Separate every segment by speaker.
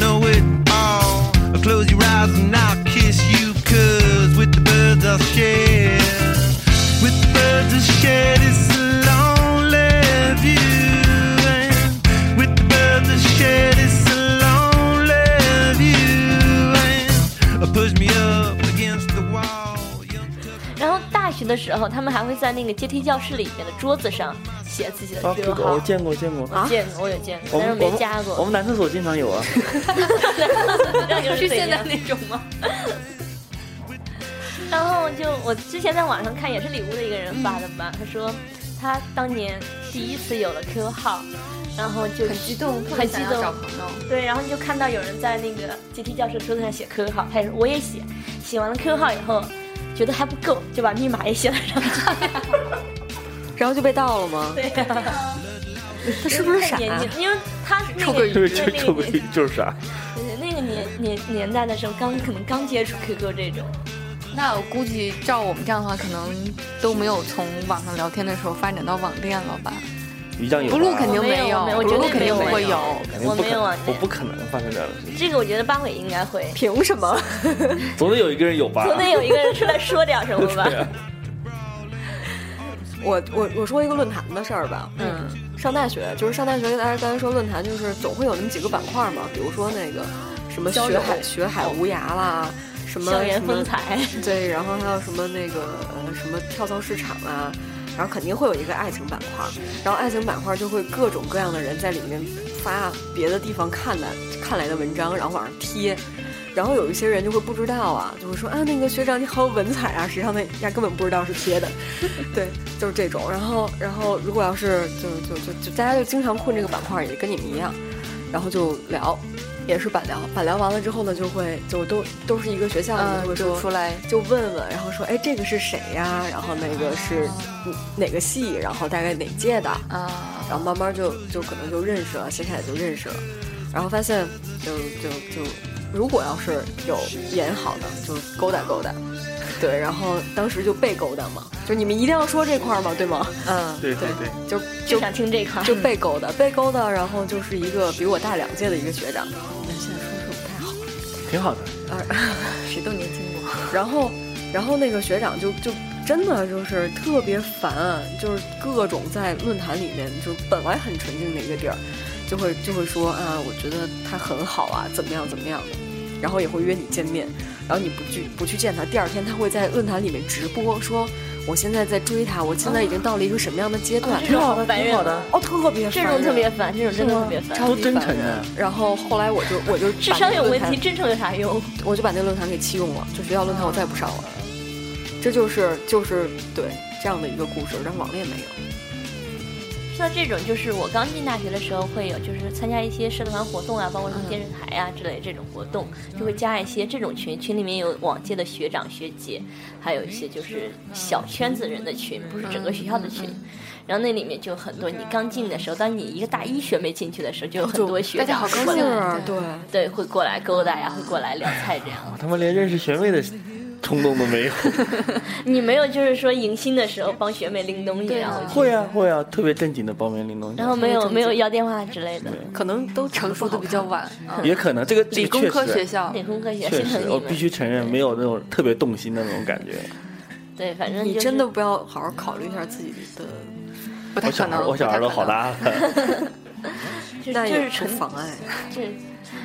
Speaker 1: know it all. I'll close your eyes and I'll kiss you, cause with the birds I'll share. With the birds I'll share this lonely view. And with the birds I'll share this lonely view. And push me up against the wall. young Tuck-
Speaker 2: 然后大学的时候，他们还会在那个阶梯教室里面的桌子上写自己的
Speaker 3: 啊，这
Speaker 2: 学
Speaker 3: 个我
Speaker 2: 号。
Speaker 3: 见过见过。
Speaker 4: 啊
Speaker 2: 见过，我也见
Speaker 3: 我
Speaker 2: 过，但是
Speaker 3: 们我
Speaker 2: 没
Speaker 3: 们
Speaker 2: 加
Speaker 3: 我
Speaker 2: 过。
Speaker 3: 们男厕所经常有啊。
Speaker 2: 是
Speaker 4: 是现在那种吗？
Speaker 2: 然后就我之前在网上看也是礼物的一个人发的吧，他说他当年第一次有了 QQ 号，然后就
Speaker 4: 很激动，特别
Speaker 2: 很激
Speaker 4: 想要
Speaker 2: 动
Speaker 4: 找。朋友。
Speaker 2: 对，然后就看到有人在那个阶梯教室桌子上写 QQ 号，他也说我也写，写完了 QQ 号以后，觉得还不够，就把密码也写了上去。
Speaker 4: 然后就被盗了吗？
Speaker 2: 对呀、
Speaker 4: 他是不是傻
Speaker 2: 太年
Speaker 4: 啊？
Speaker 2: 轻，因为他是那
Speaker 4: 臭
Speaker 2: 个
Speaker 4: 鳜鱼
Speaker 2: 因
Speaker 3: 对，
Speaker 2: 为
Speaker 3: 就
Speaker 2: 那
Speaker 3: 臭
Speaker 2: 个
Speaker 3: 鳜鱼
Speaker 2: 年
Speaker 3: 就是傻。
Speaker 2: 对那个年年年代的时候，刚可能刚接触 QQ 这种。
Speaker 4: 那我估计照我们这样的话，可能都没有从网上聊天的时候发展到网恋了吧？
Speaker 3: 于酱有
Speaker 4: 不录
Speaker 3: 吧
Speaker 4: 肯定没有
Speaker 2: 我没有我
Speaker 4: 不
Speaker 2: 绝
Speaker 4: 录
Speaker 2: 对
Speaker 4: 肯
Speaker 2: 没
Speaker 4: 定
Speaker 2: 有
Speaker 4: 不会
Speaker 2: 没
Speaker 4: 有啊
Speaker 2: 有。
Speaker 3: 肯定
Speaker 2: 我
Speaker 3: 不
Speaker 2: 没
Speaker 3: 可
Speaker 2: 有网
Speaker 3: 我
Speaker 2: 恋
Speaker 3: 不可能发生这样的事情。
Speaker 2: 这个我觉得八尾应该会，
Speaker 4: 凭什么？
Speaker 3: 总得有一个人有吧？
Speaker 2: 总得有一个人出来说点什么吧
Speaker 3: 对。啊
Speaker 5: 我我我说一个论坛的事儿吧，
Speaker 4: 嗯，
Speaker 5: 上大学就是上大学，大家刚才说论坛就是总会有那么几个板块嘛，比如说那个什么
Speaker 4: 交
Speaker 5: 学
Speaker 4: 友
Speaker 5: 海学海无涯啦，什 么
Speaker 2: 校园
Speaker 5: 什么
Speaker 2: 风采，
Speaker 5: 对，然后还有什么那个呃什么跳蚤市场啊，然后肯定会有一个爱情板块儿，然后爱情板块儿就会各种各样的人在里面发别的地方看的看来的文章，然后往上贴。然后有一些人就会不知道啊，就会说啊，那个学长你好有文采啊，实际上那人家根本不知道是贴的， 对，就是这种。然后，然后如果要是就就就就大家就经常困这个板块儿，也跟你们一样，然后就聊，也是板聊，板聊完了之后呢，就会就都都是一个学校的，就会
Speaker 4: 嗯，
Speaker 5: 说
Speaker 4: 就出来
Speaker 5: 就问问，然后说，哎，这个是谁呀？然后那个是哪个系？然后大概哪届的？
Speaker 4: 啊，
Speaker 5: 然后慢慢就就可能就认识了，线下也就认识了，然后发现就就就，如果要是有演好的，就勾搭勾搭，对，然后当时就被勾搭嘛，就你们一定要说这块儿嘛，对吗？
Speaker 4: 嗯，
Speaker 3: 对对对，
Speaker 5: 就
Speaker 2: 就
Speaker 5: 就
Speaker 2: 想听这块。
Speaker 5: 就被勾搭，被勾搭，然后就是一个比我大两届的一个学长，那哎现在说是不太好。
Speaker 3: 挺好的。
Speaker 4: 谁都年轻过。
Speaker 5: 然后，然后那个学长就就真的就是特别烦，啊就是各种在论坛里面，就本来很纯净的一个地儿，就会就会说啊，我觉得他很好啊，怎么样怎么样，然后也会约你见面，然后你不去不去见他，第二天他会在论坛里面直播说。我现在在追他，我现在已经到了一个什么样的阶段？
Speaker 2: 这种好烦人，
Speaker 5: 哦，特别
Speaker 2: 这
Speaker 5: 烦
Speaker 2: 种特
Speaker 5: 人
Speaker 2: 别烦，这种真的特别
Speaker 5: 超
Speaker 2: 烦。
Speaker 3: 都
Speaker 5: 级
Speaker 3: 真
Speaker 5: 烦
Speaker 3: 诚
Speaker 5: 人
Speaker 3: 啊
Speaker 5: 然后后来我就我就
Speaker 2: 智
Speaker 5: 把
Speaker 2: 商
Speaker 5: 那
Speaker 2: 有
Speaker 5: 个论
Speaker 2: 问
Speaker 5: 坛
Speaker 2: 题，真诚有啥用？
Speaker 5: 我就把那论坛给弃用了，就学校论坛我再也不上了。这就是就是对这样的一个故事，但网恋没有。
Speaker 2: 说到这种，就是我刚进大学的时候会有，就是参加一些社团活动啊，包括
Speaker 4: 嗯
Speaker 2: 什么电视台啊之类这种活动，就会加一些这种群，群里面有往届的学长学姐，还有一些就是小圈子人的群，不是整个学校的
Speaker 4: 嗯
Speaker 2: 群。然后那里面就有很多，你刚进的时候，当你一个大一学妹进去的时候，就有很多学
Speaker 4: 大家
Speaker 2: 长
Speaker 4: 好高
Speaker 2: 过
Speaker 4: 兴
Speaker 2: 来，
Speaker 4: 啊！
Speaker 5: 对，
Speaker 2: 对，会过来勾搭呀，会过来聊菜这样。
Speaker 3: 我他妈连认识学妹的冲动都没有。
Speaker 2: 你没有就是说迎新的时候帮学妹拎东西，
Speaker 4: 对
Speaker 2: 然
Speaker 4: 啊
Speaker 2: 后
Speaker 3: 会啊会啊，特别正经的报名领东西。
Speaker 2: 然后没有没有要电话之类的。
Speaker 5: 可能都
Speaker 4: 成熟的比较晚，嗯
Speaker 3: 也可能这个这
Speaker 4: 理
Speaker 3: 个
Speaker 4: 工
Speaker 3: 确
Speaker 4: 科
Speaker 3: 实啊
Speaker 4: 学校
Speaker 2: 理工科学
Speaker 3: 确
Speaker 2: 心疼
Speaker 3: 实，哦
Speaker 2: 你
Speaker 3: 我必
Speaker 2: 们。
Speaker 3: 须承认没有那种特别动心的那种感觉。
Speaker 2: 对，反正
Speaker 5: 你
Speaker 2: 就是
Speaker 5: 真的不要好好考虑一下自己的，
Speaker 4: 不太
Speaker 3: 我
Speaker 4: 可
Speaker 3: 小孩
Speaker 4: 能。
Speaker 3: 我小孩都好
Speaker 4: 不太可能。
Speaker 3: 大了，
Speaker 2: 就
Speaker 5: 但
Speaker 2: 是就
Speaker 5: 也
Speaker 2: 是
Speaker 5: 不
Speaker 2: 纯
Speaker 5: 妨碍。
Speaker 2: 这，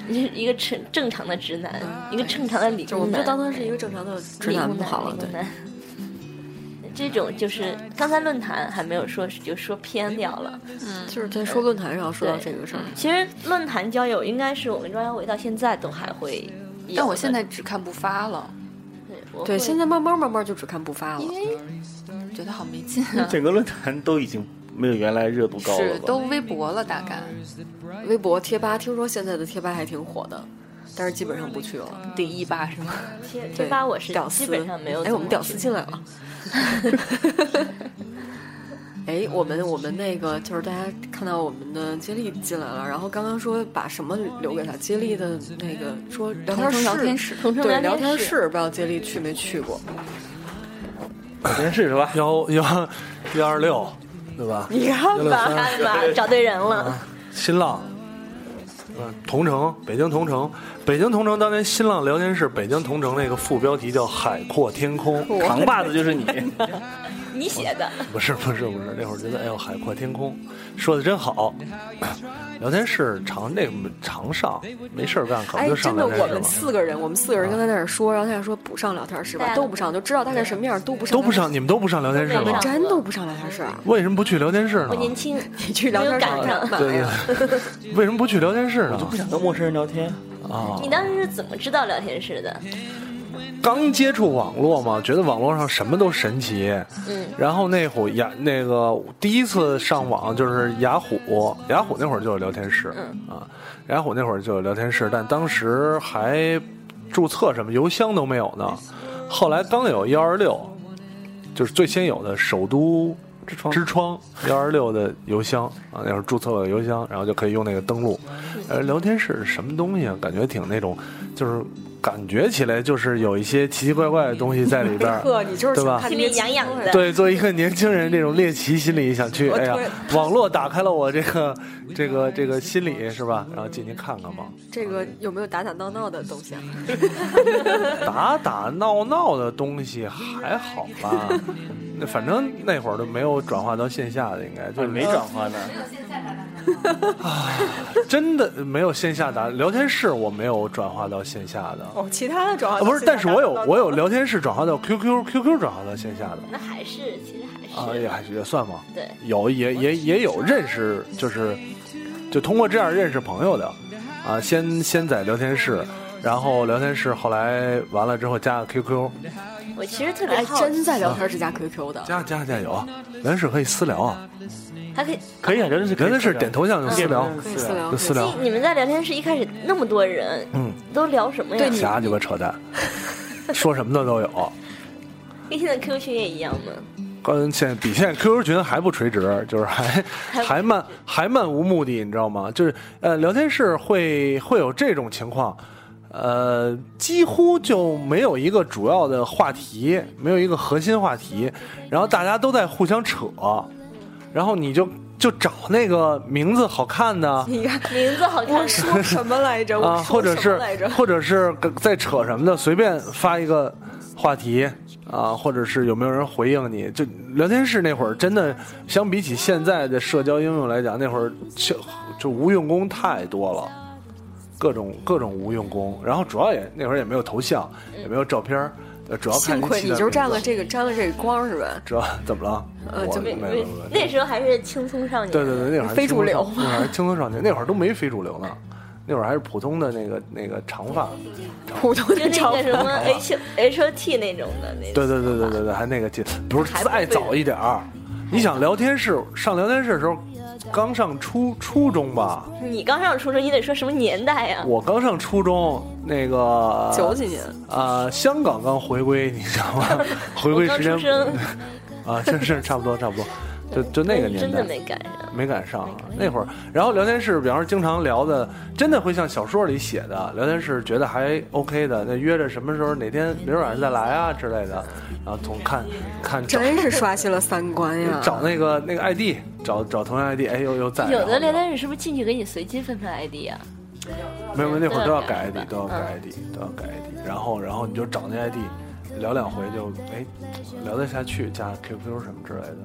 Speaker 2: 你是一个正正常的直男，一个正常的理
Speaker 5: 嗯就我
Speaker 2: 工
Speaker 5: 们
Speaker 2: 男，
Speaker 5: 就当他是一个正常的直
Speaker 2: 理
Speaker 5: 男
Speaker 2: 工
Speaker 5: 就好了。
Speaker 2: 理
Speaker 5: 对
Speaker 2: 工，男。这种就是刚才论坛还没有说，就说偏掉了。
Speaker 5: 就是在说论坛上说到这个事儿，
Speaker 2: 其实论坛交友应该是我跟庄小伟到现在都还会有的。
Speaker 4: 但我现在只看不发了，
Speaker 2: 对我
Speaker 5: 对，
Speaker 2: 会
Speaker 5: 现在慢慢慢慢就只看不发了
Speaker 4: 因。为觉得好没劲啊。
Speaker 3: 整个论坛都已经没有原来热度高了
Speaker 4: 是都
Speaker 3: 吧？
Speaker 4: 微博了，大概
Speaker 5: 微博、贴吧，听说现在的贴吧还挺火的，但是基本上不去了。
Speaker 4: 得一吧是 吗？
Speaker 2: 贴贴
Speaker 5: 对，
Speaker 2: 吧我是
Speaker 5: 屌丝
Speaker 2: 基本上没有怎么去。
Speaker 5: 哎，我们屌丝进来了。 哎，我们我们那个就是大家看到我们的接力进来了，然后刚刚说把什么留给他，接力的那个说聊天室，
Speaker 4: 聊天室，
Speaker 2: 同城
Speaker 5: 对
Speaker 2: 聊
Speaker 5: 聊
Speaker 2: 天
Speaker 5: 天室，不知道接力去没去 过？
Speaker 3: 肯定是是吧？
Speaker 6: 幺幺幺二六，对吧？
Speaker 5: 你看
Speaker 6: 163
Speaker 5: 吧，啊
Speaker 2: 看吧，找对人了。
Speaker 6: 新浪，呃同城，北京同城，北京同城当年新浪聊天室北京同城那个副标题叫“海阔天空”，
Speaker 3: 扛把子就是你，
Speaker 2: 你写的，
Speaker 6: 不是不是不是，那会儿觉得哎呦海阔天空，说的真好。 聊天室常那个常上，没事儿干可
Speaker 5: 哎
Speaker 6: 能，就
Speaker 5: 真
Speaker 6: 上
Speaker 5: 的，
Speaker 6: 聊
Speaker 5: 我
Speaker 6: 天室啊
Speaker 5: 们
Speaker 6: 吧。
Speaker 5: 四个人，我们四个人刚才在那儿说，然后他俩说不上聊天室
Speaker 2: 对
Speaker 5: 吧，
Speaker 2: 啊
Speaker 5: 都不上，就知道大概什么样，都不上，
Speaker 6: 都不上，，你们都不上聊天室
Speaker 2: 都没
Speaker 6: 吗
Speaker 2: 上？
Speaker 5: 真都不上聊天室。
Speaker 6: 为什么不去聊天室
Speaker 2: 我
Speaker 6: 呢？
Speaker 2: 年轻，
Speaker 5: 你 去聊天室
Speaker 2: 没有赶
Speaker 5: 干
Speaker 2: 上
Speaker 5: 嘛
Speaker 6: 对
Speaker 5: 呀？
Speaker 6: 对，为什么不去聊天室呢？
Speaker 3: 不想跟陌生人聊 天。
Speaker 6: 啊，
Speaker 2: 你当时是怎么知道聊天室的？
Speaker 6: 刚接触网络嘛，觉得网络上什么都神奇。
Speaker 2: 嗯，
Speaker 6: 然后那会儿雅那个第一次上网就是雅虎，雅虎那会儿就有聊天室，
Speaker 5: 嗯
Speaker 6: 啊，雅虎那会儿就有聊天室，但当时还注册什么邮箱都没有呢。后来刚有幺二六，就是最先有的首都之窗之窗幺二六的邮箱啊，那会儿注册了邮箱，然后就可以用那个登录。呃，聊天室是什么东西啊？感觉挺那种，就是感觉起来就是有一些奇奇怪怪的东西在里边 儿。
Speaker 5: 呵，你就是
Speaker 6: 对吧
Speaker 5: 想看
Speaker 2: 心
Speaker 5: 那
Speaker 2: 里
Speaker 5: 些
Speaker 2: 痒痒的，
Speaker 6: 对，作为一个年轻人，这种猎奇心理想去，
Speaker 5: 我
Speaker 6: 哎呀
Speaker 5: 突然，
Speaker 6: 网络打开了我这个这个这个心理是吧？然后进去看看嘛，
Speaker 5: 这个有没有打打闹闹的东西啊？
Speaker 6: 打打闹闹的东西还好吧？那反正那会儿都没有转化到线下的，应该就
Speaker 3: 对，
Speaker 6: 是
Speaker 3: 哎没转化呢，
Speaker 6: 真的没有线下打聊天室，我没有转化到线下的。
Speaker 5: 哦，其他的主要
Speaker 6: 啊，不是，但是我有我有聊天室转化到 QQ，QQ 转化到线下的
Speaker 2: 那还是其实还是、
Speaker 6: 啊，也还是也算吗？
Speaker 2: 对，
Speaker 6: 有也也也有认识，就是就通过这样认识朋友的啊，先先在聊天室，然后聊天室后来完了之后加个 QQ，
Speaker 2: 我其实特别
Speaker 5: 哎，
Speaker 2: 好奇，
Speaker 5: 真在聊天室加 QQ 的，
Speaker 6: 加加加油，聊天室可以私聊啊，
Speaker 2: 还可以。
Speaker 3: 可以啊，聊天室可以
Speaker 6: 聊天室
Speaker 3: 私聊
Speaker 6: 点头像就私聊，
Speaker 5: 可以私聊
Speaker 6: 就私聊，
Speaker 2: 你们在聊天室一开始那么多人，
Speaker 6: 嗯，
Speaker 2: 都聊什么呀？
Speaker 5: 对你
Speaker 6: 瞎鸡巴 扯淡，说什么的都有。
Speaker 2: 跟现在 QQ 群也一样吗？
Speaker 6: 跟现在比现在 QQ 群还不垂直，就是还还漫还漫无目的，你知道吗？就是呃，聊天室会会有这种情况，呃，几乎就没有一个主要的话题，没有一个核心话题，然后大家都在互相扯，然后你就就找那个名字好看的，
Speaker 5: 你看
Speaker 2: 名字好看
Speaker 5: 我，说什么来着？
Speaker 6: 啊，
Speaker 5: 我说
Speaker 6: 或者
Speaker 5: 什么
Speaker 6: 是
Speaker 5: 来着？
Speaker 6: 或者是跟在扯什么的，随便发一个话题啊，或者是有没有人回应你？就聊天室那会儿，真的相比起现在的社交应用来讲，那会儿就就无用功太多了。各种各种无用功，然后主要也那会儿也没有头像，也没有照片儿，呃主要看
Speaker 5: 幸
Speaker 6: 人
Speaker 5: 亏
Speaker 6: 起
Speaker 5: 你
Speaker 6: 的
Speaker 5: 就
Speaker 6: 名
Speaker 5: 沾
Speaker 6: 字
Speaker 5: 了这个沾了这个光是吧？
Speaker 6: 主要怎么了？
Speaker 5: 呃
Speaker 6: 我
Speaker 5: 就没
Speaker 6: 没
Speaker 5: 没
Speaker 6: 没没
Speaker 2: 那时候还是青葱少年。
Speaker 6: 对对对，那会儿还
Speaker 5: 非主流
Speaker 6: 青葱少那会儿还青葱少年，那会儿都没非主流呢，那会儿还是普通的那个那个长发。
Speaker 5: 普通的
Speaker 2: 就那
Speaker 5: 照
Speaker 2: 个
Speaker 5: 片
Speaker 2: 什么 H H O T 那种的那种。
Speaker 6: 啊对对对对对对，还那个劲，不是
Speaker 2: 还不
Speaker 6: 再早一点儿。你想聊天室上聊天室的时候，刚上初初中吧，
Speaker 2: 你刚上初中，你得说什么年代呀、
Speaker 6: 我刚上初中，那 个
Speaker 5: 九几年，
Speaker 6: 啊、香港刚回归，你知道吗？ 回
Speaker 2: 我
Speaker 6: 归
Speaker 2: 刚
Speaker 6: 时
Speaker 2: 出
Speaker 6: 间
Speaker 2: 生，
Speaker 6: 啊，真是差不多差 不多，就就那个年代，哎
Speaker 2: 真的没赶上。
Speaker 6: 没赶上那会儿。然后聊天室，比方说经常聊的，真的会像小说里写的，聊天室觉得还 OK 的，那约着什么时候哪天明儿晚上再来啊之类的，然后从看看 照
Speaker 5: 真是刷新了三观 呀！
Speaker 6: 找那个那个 ID，找找同样 ID，哎又又在
Speaker 2: 有的聊
Speaker 6: 连
Speaker 2: 天室是不是进去给你随机分配 ID 啊？
Speaker 6: 没有没有那会儿都要改
Speaker 2: 都要改嗯
Speaker 6: ID，都要改 ID，都要改 ID，然后然后你就找那 ID 聊两回就哎聊得下去，加 QQ 什么之类的。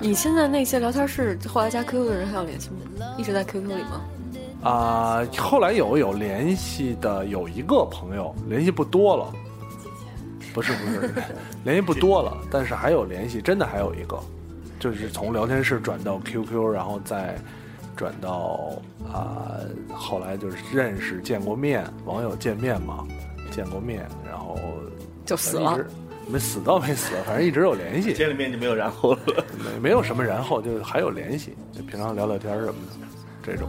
Speaker 5: 你现在那些聊天室后来加 QQ 的人还有联系吗？一直在 QQ 里吗？
Speaker 6: 啊、后来有有联系的有一个朋友，联系不多了，不是不是，联系不多了，但是还有联系，真的还有一个，就是从聊天室转到 QQ，然后再转到啊、后来就是认识、见过面，网友见面嘛，见过面，然后
Speaker 5: 就死
Speaker 6: 一
Speaker 5: 了
Speaker 6: 直。没死倒没死，反正一直有联系，
Speaker 3: 见了面就没有然后了。
Speaker 6: 没没有什么然后，就是还有联系，就平常聊聊天什么的，这种。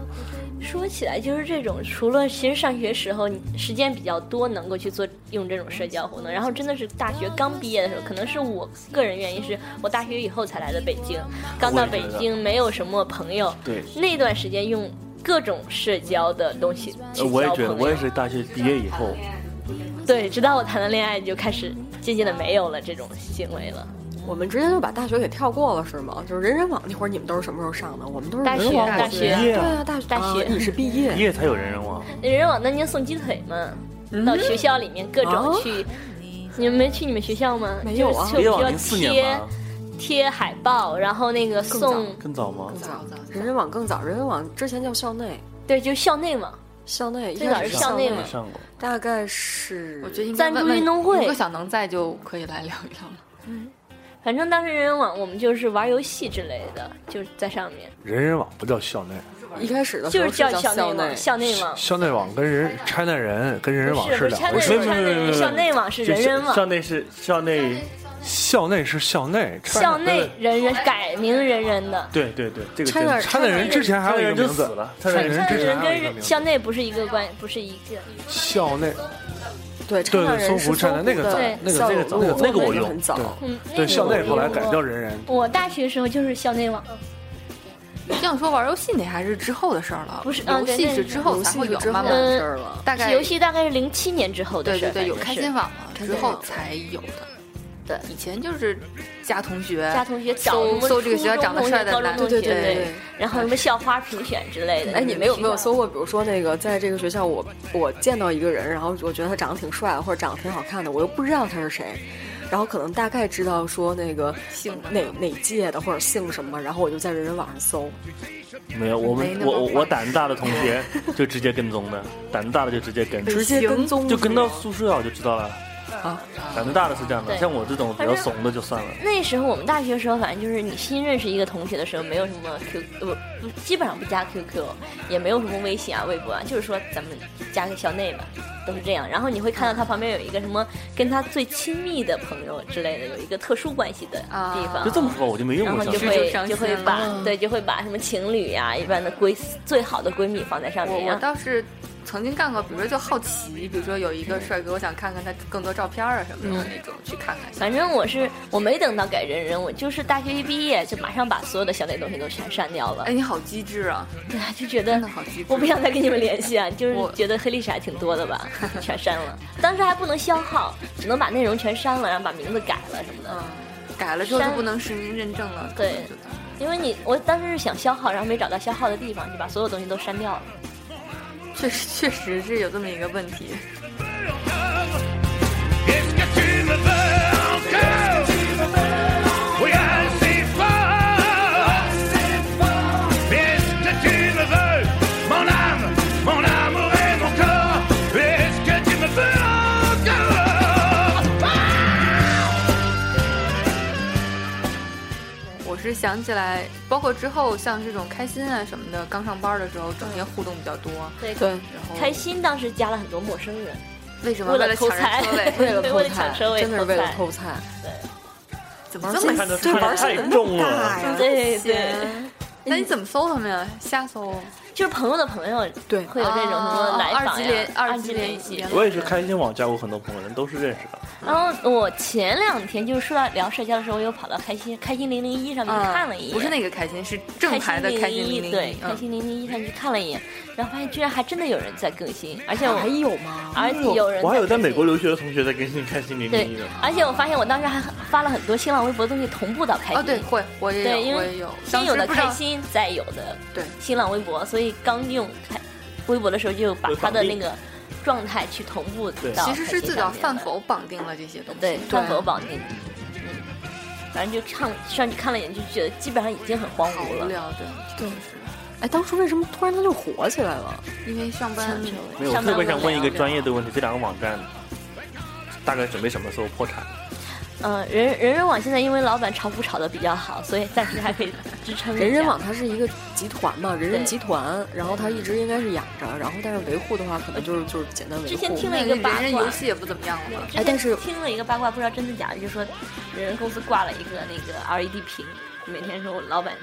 Speaker 2: 说起来就是这种，除了其实上学时候你时间比较多，能够去做用这种社交活
Speaker 3: 嗯
Speaker 2: 动，然后真的是大学刚毕业的时候，可能是我个人原因，是我大学以后才来的北京，刚到北
Speaker 3: 我也
Speaker 2: 京没有什么朋友，
Speaker 3: 对，
Speaker 2: 那段时间用各种社交的东西去
Speaker 3: 呃我也觉得，
Speaker 2: 交朋友
Speaker 3: 我也是大学毕业以
Speaker 2: 哦
Speaker 3: 后，
Speaker 2: 对，直到我谈了恋爱就开始渐渐的没有了这种行为了。
Speaker 5: 我们直接就把大学给跳过了是吗？就是人人网那会儿你们都是什么时候上的？我们都是
Speaker 2: 大
Speaker 5: 人人
Speaker 2: 学
Speaker 5: 网
Speaker 2: 大
Speaker 5: 我
Speaker 2: 学
Speaker 5: 觉得
Speaker 3: 毕业
Speaker 5: 对啊，大学
Speaker 2: 大
Speaker 5: 啊
Speaker 2: 学
Speaker 5: 你是毕 业
Speaker 3: 毕业才有人人网，
Speaker 2: 人人网当年送鸡腿嘛，
Speaker 4: 嗯
Speaker 2: 到学校里面各
Speaker 5: 啊
Speaker 2: 种
Speaker 4: 哦
Speaker 2: 去。你们没去你们学校吗？
Speaker 5: 没有啊
Speaker 3: 毕
Speaker 2: 就是
Speaker 3: 业
Speaker 2: 就
Speaker 3: 网
Speaker 2: 要
Speaker 3: 零四年
Speaker 2: 贴
Speaker 3: 吧，
Speaker 2: 贴海报，然后那个
Speaker 5: 更早
Speaker 2: 送，
Speaker 3: 更早吗？
Speaker 5: 早，人人网更早，人人网之前叫校内，
Speaker 2: 对，就校内嘛。
Speaker 5: 校内
Speaker 2: 最早
Speaker 5: 一开
Speaker 2: 是
Speaker 5: 始
Speaker 2: 校内嘛
Speaker 3: 没上过，
Speaker 5: 大概是
Speaker 4: 我觉得应该
Speaker 2: 赞助运动会
Speaker 4: 如果小能在就可以来聊一聊了。
Speaker 2: 反正当时人人网我们就是玩游戏之类的，就是在上面，
Speaker 6: 人人网不叫校内，
Speaker 5: 一开始的时
Speaker 2: 就
Speaker 5: 候
Speaker 2: 是
Speaker 5: 叫
Speaker 2: 校
Speaker 5: 校
Speaker 2: 网，校内网。
Speaker 6: 校内网跟人 China 人跟人人网
Speaker 2: 不是不是
Speaker 6: 两
Speaker 2: ，China
Speaker 6: 回事。
Speaker 2: 人
Speaker 3: 没有没有没有没有没有
Speaker 2: 校内网是人人
Speaker 3: 校
Speaker 2: 网，
Speaker 3: 内是校内，
Speaker 6: 校内是校内，China-
Speaker 2: 校内人人改名人人的。
Speaker 3: 对对对，这个
Speaker 5: China-
Speaker 3: 真的
Speaker 6: China 人之前还有
Speaker 3: China 人
Speaker 6: 一个
Speaker 3: 就
Speaker 6: 名字
Speaker 3: 死了
Speaker 6: ，China
Speaker 2: 校
Speaker 6: 人之前
Speaker 2: 人
Speaker 6: 还有一个名
Speaker 2: 跟
Speaker 6: 字
Speaker 2: 校内不是一个关，不是一个。
Speaker 6: 校内，
Speaker 5: 对
Speaker 6: 对
Speaker 5: 唱
Speaker 6: 搜
Speaker 5: 人
Speaker 6: 狐
Speaker 5: 是
Speaker 6: 唱
Speaker 5: 搜
Speaker 6: 的那个
Speaker 5: 的
Speaker 6: 早那个
Speaker 5: 校
Speaker 6: 那个
Speaker 5: 友
Speaker 6: 早
Speaker 5: 录
Speaker 6: 那个
Speaker 3: 那个我用
Speaker 5: 很早，
Speaker 2: 嗯，那
Speaker 6: 对
Speaker 2: 个
Speaker 6: 校内
Speaker 2: 我
Speaker 6: 后来
Speaker 2: 用
Speaker 6: 改
Speaker 2: 过
Speaker 6: 叫人人，
Speaker 2: 我大学时候就是校内网，
Speaker 4: 这样说玩游戏那还是之后的事儿了，
Speaker 2: 不是嗯
Speaker 4: 游
Speaker 2: 对
Speaker 4: 戏
Speaker 2: 那
Speaker 4: 是
Speaker 2: 是
Speaker 4: 之后
Speaker 5: 游
Speaker 4: 才
Speaker 5: 戏
Speaker 4: 会
Speaker 5: 是
Speaker 4: 有
Speaker 5: 之后嗯
Speaker 4: 慢慢
Speaker 5: 的
Speaker 4: 的
Speaker 5: 事儿了。
Speaker 4: 大概
Speaker 2: 游戏大概是零七年之后的
Speaker 4: 对
Speaker 2: 事
Speaker 4: 对
Speaker 2: 儿。
Speaker 4: 对，有
Speaker 2: 反
Speaker 4: 开
Speaker 2: 正是
Speaker 4: 心网了之后才有的。
Speaker 2: 对
Speaker 4: 以前就是加同学，
Speaker 2: 加同学哎找
Speaker 4: 搜搜这个学校长得帅的
Speaker 2: 高中
Speaker 4: 男
Speaker 2: 同
Speaker 4: 的，
Speaker 2: 学，
Speaker 5: 对对对对
Speaker 2: 然后什么校花评选之类的。
Speaker 5: 哎，你们有没有搜
Speaker 2: 过？
Speaker 5: 过？比如说那个，在这个学校我，我见到一个人，然后我觉得他长得挺帅的，或者长得挺好看的，我又不知道他是谁，然后可能大概知道说那个
Speaker 4: 姓
Speaker 5: 哪哪届的或者姓什么，然后我就在人人网上搜。
Speaker 3: 没有我
Speaker 4: 没
Speaker 3: 们
Speaker 4: 那么
Speaker 3: 我我我胆子大的同学就直接跟踪的，胆子大的就直接跟，
Speaker 5: 直接跟踪
Speaker 3: 就跟到
Speaker 5: 是吗
Speaker 3: 宿舍我就知道了。
Speaker 5: 啊，
Speaker 3: 胆子大的是这样的，
Speaker 2: 对
Speaker 3: 像我这种比较怂的就算了。
Speaker 2: 那时候我们大学时候，反正就是你新认识一个同学的时候，没有什么 Q，呃不不，基本上不加 QQ，也没有什么微信啊、微博啊，就是说咱们加个校内吧，都是这样。然后你会看到他旁边有一个什么跟他最亲密的朋友之类的，有一个特殊关系的地
Speaker 7: 啊
Speaker 2: 方。
Speaker 3: 就这么说，我就没用
Speaker 2: 然
Speaker 3: 过
Speaker 2: 后
Speaker 3: 小
Speaker 2: 就
Speaker 3: 学。
Speaker 2: 会
Speaker 4: 就伤心
Speaker 2: 就会
Speaker 4: 了
Speaker 2: 把对就会把什么情侣呀、一般的闺最好的闺蜜放在上
Speaker 4: 我
Speaker 2: 面，
Speaker 4: 我
Speaker 2: 然后
Speaker 4: 倒是曾经干过，比如说就好奇，比如说有一个帅哥，我想看看他更多照片啊什么的那种，去看看。
Speaker 2: 反正我是我没等到改人人，我就是大学一毕业就马上把所有的小内东西都全删掉了
Speaker 4: 哎，。你好机智啊！
Speaker 2: 对啊，就觉得
Speaker 4: 真的好机智
Speaker 2: 我不想再跟你们联系啊，就是
Speaker 4: 我
Speaker 2: 觉得黑历史还挺多的 吧，全删了。当时还不能消耗，只能把内容全删了，然后把名字改了什么的。
Speaker 4: 嗯，改了之后就
Speaker 2: 删
Speaker 4: 不能实名认证了。
Speaker 2: 对
Speaker 4: 可能就当
Speaker 2: 因为你我当时是想消耗，然后没找到消耗的地方，就把所有东西都删掉了。
Speaker 4: 确实确实是有这么一个问题。我是想起来，包括之后像这种开心啊什么的，刚上班的时候，整天互动比较多。
Speaker 2: 对
Speaker 5: 对，
Speaker 4: 然后
Speaker 2: 开心当时加了很多陌生人，
Speaker 4: 为什么
Speaker 2: 为
Speaker 4: 为
Speaker 2: 了
Speaker 4: 了抢
Speaker 2: 偷
Speaker 4: 人
Speaker 2: 菜
Speaker 4: 车 位？
Speaker 5: 为了
Speaker 2: 对
Speaker 5: 偷
Speaker 2: 为了抢
Speaker 5: 菜，
Speaker 2: 车位
Speaker 5: 真的是
Speaker 2: 偷
Speaker 5: 为了
Speaker 2: 菜
Speaker 5: 偷菜。
Speaker 4: 怎么这么
Speaker 3: 看着
Speaker 5: 这
Speaker 3: 穿
Speaker 5: 玩
Speaker 3: 的
Speaker 5: 儿起
Speaker 3: 太
Speaker 5: 来那
Speaker 3: 重
Speaker 5: 么大
Speaker 3: 了，
Speaker 5: 呀？
Speaker 2: 对
Speaker 4: 闲
Speaker 2: 对，
Speaker 4: 那
Speaker 2: 嗯
Speaker 4: 你怎么搜他们呀？瞎搜。
Speaker 2: 就是朋友的朋友
Speaker 5: 对
Speaker 2: 会有那种什
Speaker 4: 啊
Speaker 2: 么来访呀
Speaker 4: 二级联
Speaker 2: 二
Speaker 4: 级
Speaker 2: 级
Speaker 4: 联
Speaker 2: 联系
Speaker 4: 联。
Speaker 3: 我也是开心网加过很多朋友，人都是认识的。
Speaker 2: 然后我前两天就是说到聊社交的时候，我又跑到开心开心零零一上面
Speaker 4: 嗯
Speaker 2: 看了一眼，
Speaker 4: 不是那个开心，是正牌的开心
Speaker 2: 零
Speaker 4: 零
Speaker 2: 一，
Speaker 4: 零
Speaker 2: 对，开
Speaker 4: 嗯
Speaker 2: 心零零一上去看了一眼，然后发现居然还真的有人在更新，而且我
Speaker 5: 还有吗？
Speaker 2: 而
Speaker 7: 哦
Speaker 2: 且有人
Speaker 3: 我还有在
Speaker 2: 更新
Speaker 3: 美国留学的同学在更新开心零
Speaker 2: 对
Speaker 3: 零一呢。，
Speaker 2: 而且我发现我当时还发了很多新浪微博的东西同步到开心，
Speaker 4: 哦，对，会，我也
Speaker 2: 对，因
Speaker 4: 有，我也
Speaker 2: 为
Speaker 4: 有。
Speaker 2: 先
Speaker 4: 当
Speaker 2: 有
Speaker 4: 时
Speaker 2: 的
Speaker 4: 不知道
Speaker 2: 开心，再有的
Speaker 4: 对
Speaker 2: 新浪微博，所以刚用开微博的时候就把
Speaker 3: 会
Speaker 2: 他
Speaker 3: 绑
Speaker 2: 的那
Speaker 3: 定
Speaker 2: 个状态去同步
Speaker 3: 对
Speaker 2: 到
Speaker 4: 其实
Speaker 2: 开
Speaker 4: 是
Speaker 2: 心
Speaker 4: 最
Speaker 2: 上
Speaker 4: 早
Speaker 2: 面
Speaker 4: 饭
Speaker 2: 的
Speaker 4: 否绑定了这些东西。
Speaker 2: 对
Speaker 4: 对
Speaker 2: 饭否绑定，嗯，反正就看上去看了一眼就觉得基本上已经很荒
Speaker 4: 好
Speaker 2: 芜
Speaker 4: 无
Speaker 2: 了。
Speaker 4: 聊，对，
Speaker 5: 对，哎，当初为什么突然他就火起来了？
Speaker 4: 因为上班
Speaker 3: 没有，我
Speaker 2: 上
Speaker 3: 特
Speaker 2: 班
Speaker 3: 别想
Speaker 2: 无
Speaker 3: 问一
Speaker 2: 聊
Speaker 3: 个专业的问题，这两个网站大概准备什么时候破产？
Speaker 2: 嗯，人人人网现在因为老板炒股炒的比较好，所以暂时还可以支撑一下。
Speaker 5: 人人网它是一个集团嘛，人人
Speaker 2: 对
Speaker 5: 集团，然后它一直应该是养着，然后但是维护的话，可能就是就是简单维护。
Speaker 2: 之前听了
Speaker 4: 那
Speaker 2: 一
Speaker 4: 个
Speaker 2: 个八
Speaker 4: 人人
Speaker 2: 卦
Speaker 4: 游，戏也不怎么样了嘛。
Speaker 5: 哎
Speaker 2: 之前听了一个八卦，不知道真的假的，就说人人公司挂了一个那个 LED 屏，每天说我老板。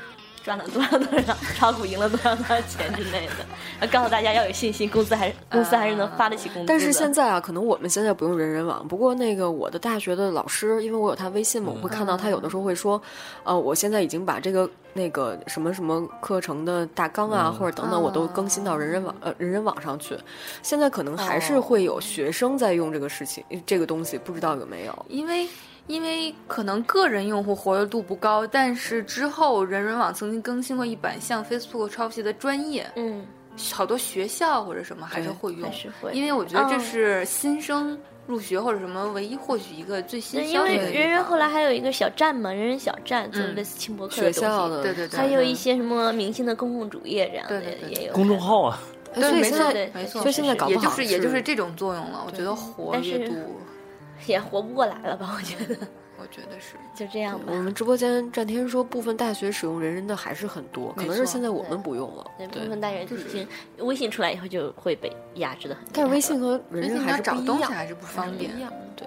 Speaker 2: 赚了多少多少，炒股赢了多少多少钱之类的，然后告诉大家要有信心，公司还是公司还是能发得起工资的。
Speaker 5: 啊但是现在啊，可能我们现在不用人人网。不过那个我的大学的老师，因为我有他微信嘛，我会看到他有的时候会说，呃，我现在已经把这个那个什么什么课程的大纲啊，或者等等，我都更新到人人网
Speaker 2: 啊
Speaker 5: 呃人人网上去。
Speaker 2: 哦
Speaker 5: 现在可能还是会有学生在用这个事情，这个东西，不知道有没有。
Speaker 4: 因为因为可能个人用户活跃度不高，但是之后人人网曾经更新过一版像 Facebook Trophy 的专业，
Speaker 2: 嗯，
Speaker 4: 好多学校或者什么还是会用
Speaker 2: 还，是会，
Speaker 4: 因为我觉得这
Speaker 2: 嗯
Speaker 4: 是新生入学或者什么唯一获取一个最新
Speaker 2: 对
Speaker 4: 消
Speaker 2: 因为
Speaker 4: 息的地
Speaker 2: 人人
Speaker 4: 方
Speaker 2: 后来还有一个小站嘛，人人小站做
Speaker 4: 嗯
Speaker 2: 类似轻博客
Speaker 5: 学
Speaker 2: 的东
Speaker 5: 校
Speaker 2: 西，
Speaker 5: 的，
Speaker 4: 对对对
Speaker 2: 还有一些什么明星的公共主页这样的
Speaker 4: 对对对
Speaker 2: 也有
Speaker 7: 公众号啊，
Speaker 5: 哎
Speaker 4: 对
Speaker 5: 所以
Speaker 4: 没
Speaker 5: 现
Speaker 4: 错
Speaker 5: 在
Speaker 4: 没错
Speaker 5: 就现在搞
Speaker 4: 也
Speaker 5: 不
Speaker 4: 就
Speaker 5: 好
Speaker 4: 是也就是这种作用了。我觉得活
Speaker 2: 但是
Speaker 4: 跃度，
Speaker 2: 也活不过来了吧？我觉得
Speaker 4: 我觉得是
Speaker 2: 就这样吧
Speaker 5: 我。们直播间战天说，部分大学使用人人的还是很多，可能是
Speaker 4: 没错
Speaker 5: 现在我
Speaker 2: 对
Speaker 5: 们不用了。
Speaker 2: 对，部分大学已经微信出来以后就会被压制的很厉害了。
Speaker 5: 但是微信和
Speaker 4: 微
Speaker 5: 人人
Speaker 4: 信
Speaker 5: 还
Speaker 4: 要
Speaker 5: 是
Speaker 4: 找
Speaker 5: 不一
Speaker 4: 东西
Speaker 5: 样
Speaker 4: 还是不方便
Speaker 5: 不一。样。对，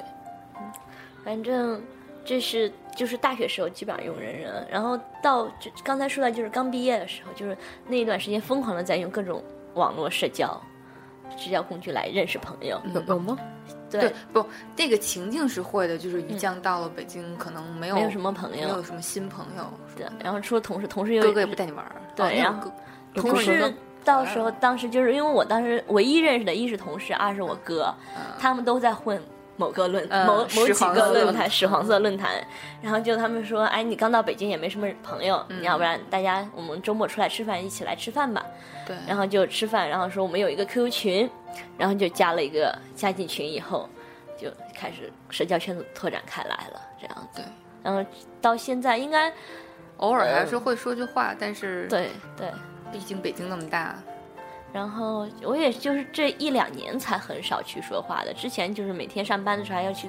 Speaker 2: 反正这是就是大学时候基本上用人人，然后到就刚才说的就是刚毕业的时候，就是那一段时间疯狂的在用各种网络社交社交工具来认识朋友。
Speaker 4: 嗯
Speaker 5: 有有吗？
Speaker 2: 对，，嗯
Speaker 4: 不，这个情境是会的，就是一降到了北京，可能没有
Speaker 2: 没有什么朋
Speaker 4: 哦没
Speaker 2: 友
Speaker 4: 有，什么新朋友，
Speaker 2: 对，然后除了同事，同事又
Speaker 4: 哥哥也不带你玩儿。
Speaker 2: 对
Speaker 4: 哦那
Speaker 2: 然
Speaker 4: 我
Speaker 2: 后
Speaker 4: 哥
Speaker 2: 同
Speaker 4: 哥
Speaker 2: 事
Speaker 4: 哥
Speaker 2: 到时候当时就是因为我当时唯一认识的一是同事，二是我哥，他们都在混。某个论
Speaker 4: 嗯
Speaker 2: 某某
Speaker 4: 屎
Speaker 2: 几
Speaker 4: 黄
Speaker 2: 个
Speaker 4: 色
Speaker 2: 论
Speaker 4: 论
Speaker 2: 坛，
Speaker 4: 坛
Speaker 2: 屎黄色论坛，然后就他们说，哎，你刚到北京也没什么朋友，你要不然大家我们周末出来吃饭，一起来吃饭吧。
Speaker 4: 对，
Speaker 2: 然后就吃饭，然后说我们有一个 QQ 群，然后就加了一个加进群以后，就开始社交圈子拓展开来了，这样子。
Speaker 4: 对，
Speaker 2: 然后到现在应该
Speaker 4: 偶尔还是会说句话，但是，
Speaker 2: 对对，
Speaker 4: 毕竟北京那么大，
Speaker 2: 然后我也就是这一两年才很少去说话的，之前就是每天上班的时候还要去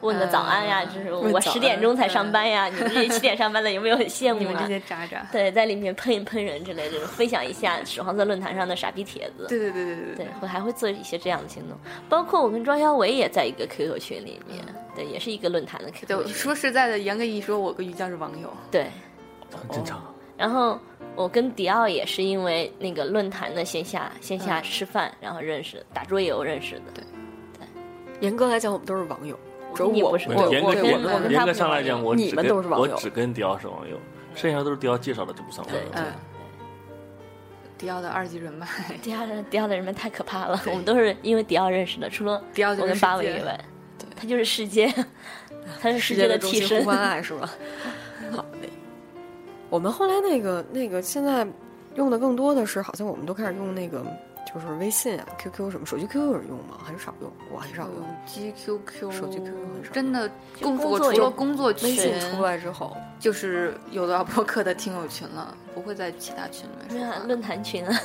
Speaker 2: 问个早安呀，
Speaker 4: 嗯
Speaker 2: 就是
Speaker 4: 问
Speaker 2: 我
Speaker 4: 早
Speaker 2: 十点
Speaker 4: 安
Speaker 2: 钟才
Speaker 4: 对
Speaker 2: 上班呀，你们这些七点上班的有没有很羡
Speaker 4: 你
Speaker 2: 慕
Speaker 4: 们这
Speaker 2: 啊？
Speaker 4: 些渣渣。
Speaker 2: 对，在里面喷一喷人之类的，就是分享一下屎黄色论坛上的傻逼帖子。
Speaker 4: 对对对对对
Speaker 2: 对，会还会做一些这样的行动，包括我跟庄小伟也在一个 QQ 群里面，对，也是一个论坛的 QQ
Speaker 4: 就
Speaker 2: 群，
Speaker 4: 嗯说实在的，严格意义说，我跟于酱是网友。
Speaker 2: 对。
Speaker 7: 很正常。
Speaker 2: 然后我跟迪奥也是因为那个论坛的线下线
Speaker 4: 嗯
Speaker 2: 下吃饭，然后认识的，打桌游认识的。对，
Speaker 5: 严格来讲，我们都是网友，只有
Speaker 2: 你
Speaker 5: 我
Speaker 2: 不是
Speaker 5: 我
Speaker 2: 网友
Speaker 5: 我
Speaker 7: 严格
Speaker 5: 我
Speaker 2: 我们我跟
Speaker 7: 严
Speaker 2: 他
Speaker 5: 们
Speaker 7: 严
Speaker 2: 不
Speaker 7: 格
Speaker 2: 是
Speaker 7: 上来讲，
Speaker 2: 网
Speaker 7: 我
Speaker 5: 友你
Speaker 7: 只
Speaker 5: 们
Speaker 7: 跟
Speaker 5: 都是网
Speaker 7: 我
Speaker 5: 友
Speaker 7: 只跟迪奥是网友，剩下都是迪奥介绍的，就不算网友
Speaker 2: 对。
Speaker 5: 嗯，
Speaker 4: 迪奥的二级人脉，
Speaker 2: 迪奥的迪奥的人们太可怕了，我们都是因为迪奥认识的，除了
Speaker 4: 迪奥就
Speaker 2: 我
Speaker 4: 是
Speaker 2: 跟
Speaker 4: 世
Speaker 2: 八尾以
Speaker 4: 界
Speaker 2: 外，他就是世界，他是世
Speaker 5: 世
Speaker 2: 界
Speaker 5: 界
Speaker 2: 的
Speaker 5: 的中
Speaker 2: 替
Speaker 5: 心啊
Speaker 2: 身
Speaker 5: 互。关爱是吧？好嘞。我们后来那个那个现在用的更多的是，好像我们都开始用那个就是微信啊、QQ 什么，手机 QQ 有人用吗？很少用，我很 少用。
Speaker 4: 嗯 G Q Q，
Speaker 5: 手机 QQ 很少
Speaker 4: 真的，工
Speaker 2: 工
Speaker 4: 我
Speaker 2: 作
Speaker 4: 除了
Speaker 2: 有
Speaker 4: 工作群
Speaker 5: 微信出来之后，
Speaker 4: 就是有的播客的听友群了，不会在其他群里
Speaker 2: 没
Speaker 4: 面说
Speaker 2: 有
Speaker 4: 话
Speaker 2: 啊 论坛群啊，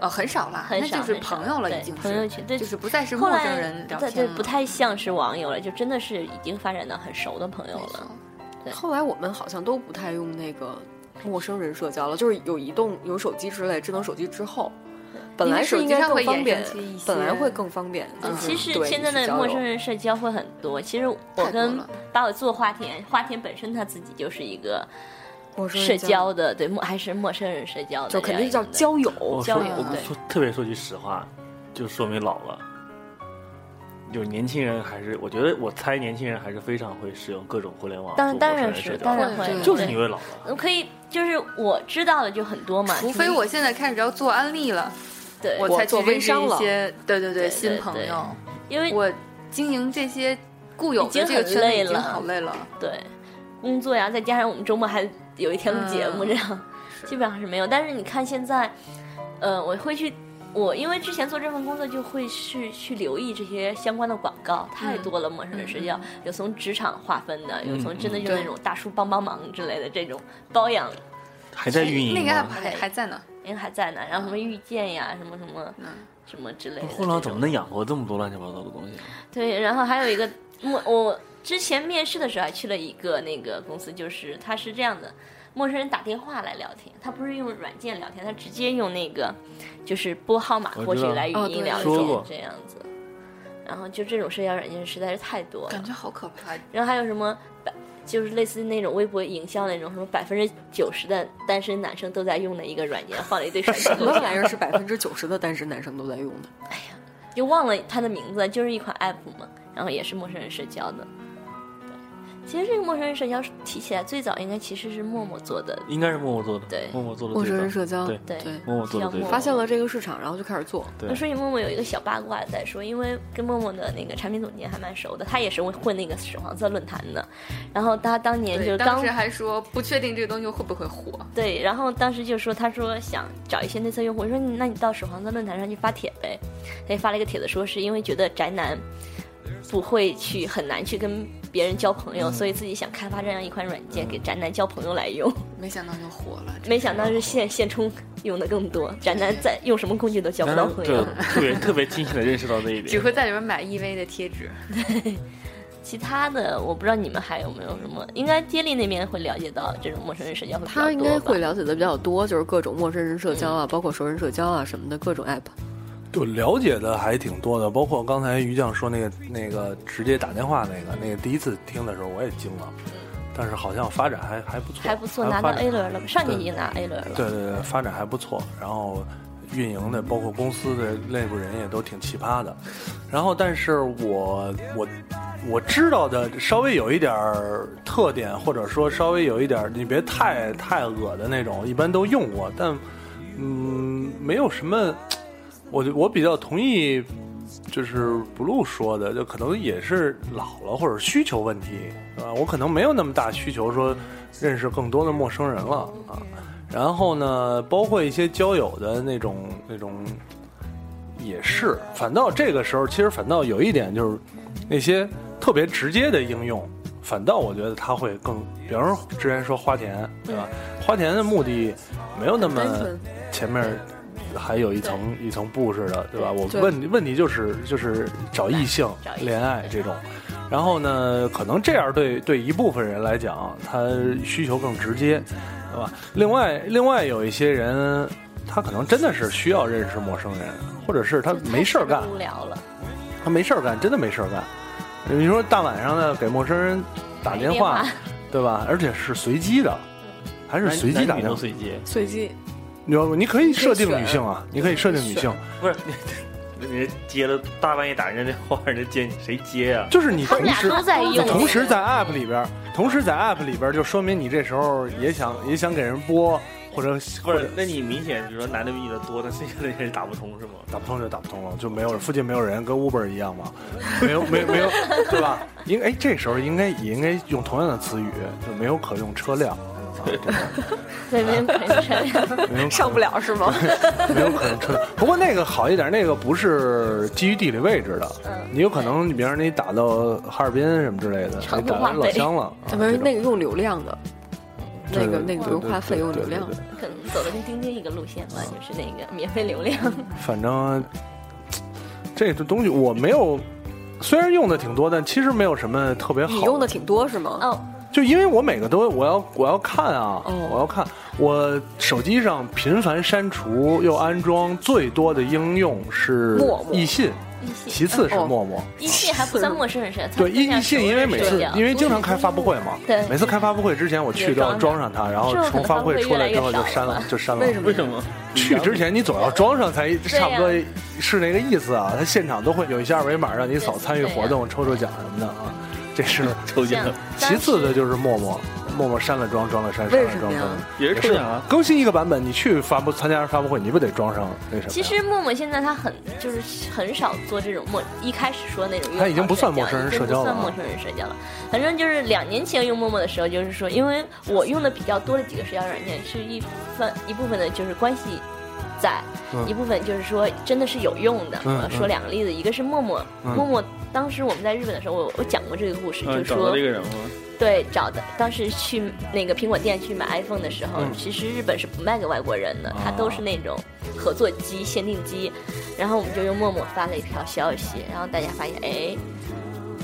Speaker 4: 呃，很少啦，
Speaker 2: 很少
Speaker 4: 那就是
Speaker 2: 很少
Speaker 4: 朋友了，
Speaker 2: 对
Speaker 4: 已经是
Speaker 2: 朋友群对
Speaker 4: 就是不再是
Speaker 2: 后
Speaker 4: 陌生
Speaker 2: 来
Speaker 4: 人聊
Speaker 2: 对
Speaker 4: 天
Speaker 2: 对，
Speaker 4: 了
Speaker 2: 不太像是网友了，就真的是已经发展到很熟的朋友
Speaker 4: 没错
Speaker 2: 了。
Speaker 5: 后来我们好像都不太用那个陌生人社交了，就是有移动、有手机之类智能手机之后，本来是应该更方
Speaker 4: 因为手机上
Speaker 5: 便
Speaker 4: 会衍生出一，些
Speaker 5: 本来会更方便。就是
Speaker 2: 嗯其实
Speaker 5: 对
Speaker 2: 现在
Speaker 5: 去
Speaker 2: 的
Speaker 5: 交
Speaker 2: 陌
Speaker 5: 流
Speaker 2: 生人社交会很多。其实我
Speaker 4: 太多
Speaker 2: 跟
Speaker 4: 了
Speaker 2: 把我做花田，花田本身他自己就是一个
Speaker 5: 陌生人
Speaker 2: 社交的，对，陌还是陌生人社交的这样一个
Speaker 5: 就肯
Speaker 2: 人，
Speaker 5: 定叫交友。
Speaker 7: 我
Speaker 2: 交
Speaker 7: 说，
Speaker 2: 友
Speaker 7: 我
Speaker 2: 对
Speaker 7: 说特别说句实话，就说明老了。有年轻人还是，我觉得我猜年轻人还是非常会使用各种互联网
Speaker 2: 当
Speaker 7: 做
Speaker 2: 当
Speaker 7: 陌生
Speaker 2: 然
Speaker 7: 人
Speaker 2: 是
Speaker 7: 社交
Speaker 2: 当然
Speaker 7: 的
Speaker 2: 会
Speaker 4: 对，
Speaker 7: 就是
Speaker 2: 对
Speaker 7: 因为老了。
Speaker 2: 我可以，就是我知道的就很多嘛，
Speaker 4: 除非我现在开始要做安利了，
Speaker 2: 对，
Speaker 4: 我
Speaker 5: 我
Speaker 4: 才去
Speaker 5: 做微
Speaker 4: 认识
Speaker 5: 商
Speaker 4: 一
Speaker 5: 了
Speaker 4: 些对对
Speaker 2: 对
Speaker 4: 对新
Speaker 2: 对
Speaker 4: 朋
Speaker 2: 对
Speaker 4: 友，
Speaker 2: 因为
Speaker 4: 我经营这些固有
Speaker 2: 已经
Speaker 4: 的这个
Speaker 2: 很
Speaker 4: 圈子
Speaker 2: 累
Speaker 4: 已经
Speaker 2: 了
Speaker 4: 好累了，
Speaker 2: 对工作呀，再加上我们周末还有一天录节目，
Speaker 4: 嗯
Speaker 2: 这样、基本上是没有。但是你看现在，呃，我会去，我因为之前做这份工作就会去去留意这些相关的广告，太多了，陌生人社
Speaker 4: 嗯
Speaker 2: 交，有从职场划分的，有从真的就是那种大叔帮帮忙之类的这种包养，
Speaker 7: 还在运营
Speaker 4: 哎那个 app
Speaker 7: 吗？
Speaker 4: 还还在呢，
Speaker 2: 人还在呢，然后什么遇见呀，什么什么什么之类的。
Speaker 7: 互联网怎么能养活这么多乱七八糟的东西？啊
Speaker 2: 对，然后还有一个，我我之前面试的时候还去了一个那个公司，就是他是这样的，陌生人打电话来聊天，他不是用软件聊天，他直接用那个就是拨号码
Speaker 7: 我
Speaker 2: 过去
Speaker 7: 知道
Speaker 2: 来语
Speaker 5: 哦对
Speaker 2: 音聊
Speaker 7: 说
Speaker 2: 天、
Speaker 7: 过
Speaker 2: 这样子。然后就这种社交软件实在是太多了
Speaker 4: 感，觉好可 怕。
Speaker 2: 然后还有什么百，就是类似那种微博营销那种，什么百分之九十的单身男生都在用的一个软件，放 了一堆帅
Speaker 5: 什
Speaker 2: 哥
Speaker 5: 么玩意儿是百分之九十的单身男生都在用的？
Speaker 2: 就忘了它的名字，就是一款 app 嘛，然后也是陌生人社交的。对，其实这个陌生人社交是提起来最早应该其实是陌陌做的，
Speaker 7: 应该是默默做的，
Speaker 2: 对
Speaker 7: 默默做的
Speaker 5: 陌
Speaker 7: 最
Speaker 5: 生
Speaker 7: 早
Speaker 5: 人社交，
Speaker 7: 对
Speaker 2: 对
Speaker 5: 对
Speaker 7: 默默做的最
Speaker 2: 像
Speaker 7: 早
Speaker 5: 发现了这个市场，然后就开始做。
Speaker 2: 那
Speaker 7: 对，
Speaker 2: 说起陌陌有一个小八卦在说，因为跟陌陌的那个产品总监还蛮熟的，他也是会混那个屎黄色论坛的。然后他当年就
Speaker 4: 对，
Speaker 2: 是
Speaker 4: 当
Speaker 2: 刚
Speaker 4: 时还说不确定这个东西会不会火，
Speaker 2: 对，然后当时就说他说想找一些内测用户，我说那你到屎黄色论坛上去发帖呗。他就发了一个帖子，说是因为觉得宅男不会去很难去跟别人交朋
Speaker 6: 嗯
Speaker 2: 友，所以自己想开发这样一款软件给宅男交朋友来用。
Speaker 4: 没想到就火了。
Speaker 2: 没想到是现现充用的更多，宅男在用什么工具都交不啊到
Speaker 7: 当然
Speaker 2: 朋
Speaker 7: 对
Speaker 2: 友。
Speaker 7: 特别特别清醒的认识到这一
Speaker 4: 只
Speaker 7: 点。
Speaker 4: 会在里面买 EV 的贴纸，
Speaker 2: 其他的我不知道你们还有没有什么，应该接力那边会了解到这种陌生人社交会比较多吧嗯
Speaker 5: 他应该会了解的比较多，就是各种陌生人社交啊，包括熟人社交啊什么的各种 app。
Speaker 6: 就了解的还挺多的，包括刚才于酱说那个那个直接打电话那个，那个第一次听的时候我也惊了，但是好像发展还还不错，
Speaker 2: 还不错，拿到
Speaker 6: 发展
Speaker 2: A 轮了，上年已经拿 A 轮了。
Speaker 6: 对对对，发展还不错，然后运营的包括公司的内部人也都挺奇葩的，然后但是我我我知道的稍微有一点儿特点，或者说稍微有一点儿你别太太恶的那种，一般都用过，但嗯没有什么，我我比较同意。就是 blue 说的，就可能也是老了或者需求问题，啊，我可能没有那么大需求说认识更多的陌生人了啊。然后呢，包括一些交友的那种那种，也是。反倒这个时候，其实反倒有一点就是，那些特别直接的应用，反倒我觉得它会更，比方说之前说花田，对吧？花田的目的没有那么
Speaker 5: 单纯
Speaker 6: 前面还有一层一层布似的，对吧？我
Speaker 5: 对
Speaker 6: 问问题就是就是找异性
Speaker 2: 找异性
Speaker 6: 恋爱这种。然后呢，可能这样对对一部分人来讲，他需求更直接，对吧？另外，另外有一些人，他可能真的是需要认识陌生人，或者是他
Speaker 2: 就太
Speaker 6: 没事儿干，
Speaker 2: 无聊了，
Speaker 6: 他没事儿干，真的没事儿干。你说大晚上的给陌生人打电话，嗯
Speaker 2: 打电
Speaker 6: 对吧？而且是随机的，还是
Speaker 7: 男
Speaker 6: 随机打
Speaker 7: 男女
Speaker 6: 电
Speaker 7: 都
Speaker 6: 话。
Speaker 7: 随机，
Speaker 5: 随机
Speaker 4: 嗯
Speaker 6: 你要你可以设定
Speaker 5: 选
Speaker 6: 女性啊，你可以设定女性，
Speaker 7: 不是你人家接了大半夜打人家电话，人家接你谁接啊呀？
Speaker 6: 就是你
Speaker 2: 他们
Speaker 6: 同
Speaker 2: 俩
Speaker 6: 时
Speaker 2: 都在
Speaker 6: 你
Speaker 2: 用，
Speaker 6: 同时在 App 里边儿，同时在 App 里边儿，就说明你这时候也想也想给人播，或者
Speaker 7: 不
Speaker 6: 或者
Speaker 7: 是，那你明显比如说男的比你的多，但剩下的人打不通是吗？
Speaker 6: 打不通就打不通了，就没有附近没有人，跟 Uber 一样嘛，没有没有没有，对吧？应哎这时候应该也应该用同样的词语，就没有可用车辆，
Speaker 2: 对没有没有没 有
Speaker 6: 没有可
Speaker 5: 上不了是吗？
Speaker 6: 没有可用车辆。不过那个好一点，那个不是基于地理位置的，你有可能你比方说你打到哈尔滨什么之类的，
Speaker 2: 长
Speaker 6: 你
Speaker 2: 途
Speaker 6: 打
Speaker 2: 化
Speaker 6: 到老
Speaker 2: 北
Speaker 6: 乡了，啊
Speaker 5: 咱们
Speaker 6: 这种
Speaker 5: 那个用流量的，那个
Speaker 6: 对
Speaker 5: 那个不用花费，用流量
Speaker 6: 对对对对对对。
Speaker 2: 可能走的跟钉钉一个路线吧，就是那个免费流量。
Speaker 6: 反正这个东西我没有，虽然用的挺多，但其实没有什么特别好。
Speaker 5: 你用的挺多是吗？
Speaker 2: 哦，
Speaker 6: 就因为我每个都我要我要看啊，
Speaker 5: 哦
Speaker 6: 我要看。我手机上频繁删除又安装最多的应用是
Speaker 5: 陌陌
Speaker 6: 易信，
Speaker 2: 一信
Speaker 6: 其次是
Speaker 5: 哦
Speaker 6: 陌陌。
Speaker 2: 一信还不算陌生人社交，它
Speaker 6: 对，
Speaker 2: 更
Speaker 6: 易
Speaker 2: 像
Speaker 6: 易信因为每
Speaker 2: 熟
Speaker 6: 次
Speaker 2: 人社交
Speaker 6: 因为经常开发布会嘛，
Speaker 2: 对
Speaker 6: 每次开发布会之前我去都要装上它，然后
Speaker 2: 之后可
Speaker 6: 从
Speaker 2: 能
Speaker 6: 发布
Speaker 2: 发布
Speaker 6: 会
Speaker 2: 会
Speaker 6: 出
Speaker 2: 越
Speaker 6: 来
Speaker 2: 来
Speaker 6: 之
Speaker 2: 越
Speaker 6: 后就
Speaker 2: 少
Speaker 6: 删了，
Speaker 2: 了
Speaker 6: 就删了。
Speaker 5: 为什么
Speaker 7: 为什么？
Speaker 6: 去之前你总要装上才
Speaker 2: 呀
Speaker 6: 差不多是那个意思啊。他现场都会有一些二维码让你扫参与活动、抽抽奖什么的啊。这是
Speaker 7: 抽
Speaker 2: 像
Speaker 7: 奖
Speaker 6: 其次的，就是陌陌，陌陌删了装，装了删，删
Speaker 5: 为
Speaker 6: 了
Speaker 5: 什
Speaker 6: 装，
Speaker 5: 么呀
Speaker 6: 装了
Speaker 7: 也是
Speaker 6: 也
Speaker 7: 抽
Speaker 6: 是
Speaker 7: 奖啊。
Speaker 6: 更新一个版本，你去发布参加发布会，你不得装上那什么呀？
Speaker 2: 其实陌陌现在它很就是很少做这种陌，一开始说那种约
Speaker 6: 它已经
Speaker 2: 炮
Speaker 6: 不算
Speaker 2: 社交
Speaker 6: 陌生
Speaker 2: 已
Speaker 6: 人
Speaker 2: 经
Speaker 6: 社交
Speaker 2: 不算
Speaker 6: 了啊
Speaker 2: 陌生人社交了。反正就是两年前用陌陌的时候，就是说，因为我用的比较多的几个社交软件，是一分一部分的就是关系在，
Speaker 6: 嗯
Speaker 2: 一部分就是说真的是有用的。
Speaker 6: 嗯
Speaker 2: 我说两个例子，一个是陌陌，
Speaker 6: 嗯
Speaker 2: 陌陌当时我们在日本的时候，我我讲过这个故事，
Speaker 7: 嗯，
Speaker 2: 就
Speaker 7: 找
Speaker 2: 说
Speaker 7: 到这个人了吗？
Speaker 2: 对，找的当时去那个苹果店去买 iPhone 的时候，
Speaker 6: 嗯啊
Speaker 2: 其实日本是不卖给外国人的，它都是那种合作机、限定机。然后我们就用陌陌发了一条消息，然后大家发现，哎，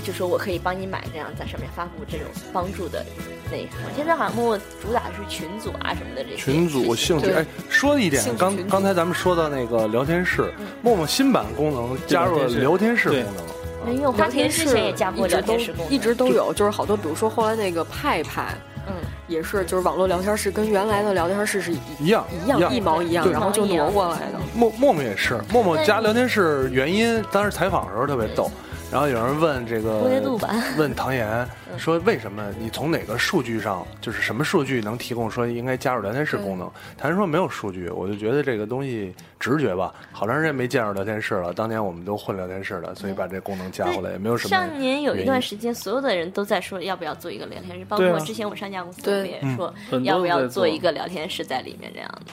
Speaker 2: 就说我可以帮你买，这样在上面发布这种帮助的那一款。现在好像陌陌主打的是群组啊什么的这些
Speaker 6: 群组
Speaker 2: 事情
Speaker 6: 兴趣，
Speaker 5: 对
Speaker 6: 哎，说一点
Speaker 5: 兴，趣
Speaker 6: 刚
Speaker 5: 群组嗯
Speaker 6: 刚才咱们说到那个聊天室，陌陌新版功能加入了聊天室
Speaker 7: 对
Speaker 6: 功能，
Speaker 2: 没有，花
Speaker 5: 聊
Speaker 2: 田
Speaker 5: 天
Speaker 2: 之
Speaker 5: 室
Speaker 2: 前也加过
Speaker 5: 一直
Speaker 2: 聊
Speaker 5: 都
Speaker 2: 天室功能，
Speaker 5: 一直都有，就是好多，比如说后来那个派派，
Speaker 2: 嗯，
Speaker 5: 也是就是网络聊天室跟原来的聊天室是一
Speaker 2: 嗯
Speaker 6: 一样
Speaker 5: 一
Speaker 6: 一
Speaker 5: 样
Speaker 6: 样
Speaker 5: 一毛一样，
Speaker 6: 对
Speaker 5: 然后就挪过来的。
Speaker 6: 默默默也是，默默
Speaker 2: 但
Speaker 6: 加聊天室原因，当时采访的时候特别逗，然后有人问这个
Speaker 2: 活跃度吧，
Speaker 6: 问唐岩
Speaker 5: 嗯
Speaker 6: 说为什么你从哪个数据上，就是什么数据能提供说应该加入聊天室功
Speaker 5: 嗯
Speaker 6: 能？唐岩说没有数据，我就觉得这个东西直觉吧，好长时间没见着聊天室了，当年我们都混聊天室的，所以把这功能加回来也没有什么原因。
Speaker 2: 上年有一段时间，所有的人都在说要不要做一个聊天室，包
Speaker 6: 对
Speaker 2: 括
Speaker 6: 啊
Speaker 2: 之前我上家公司
Speaker 4: 对
Speaker 2: 我们也
Speaker 6: 嗯
Speaker 2: 说
Speaker 7: 很多
Speaker 2: 要不
Speaker 7: 都
Speaker 2: 要
Speaker 7: 在
Speaker 2: 做
Speaker 7: 做
Speaker 2: 一个聊天室在里面这样的。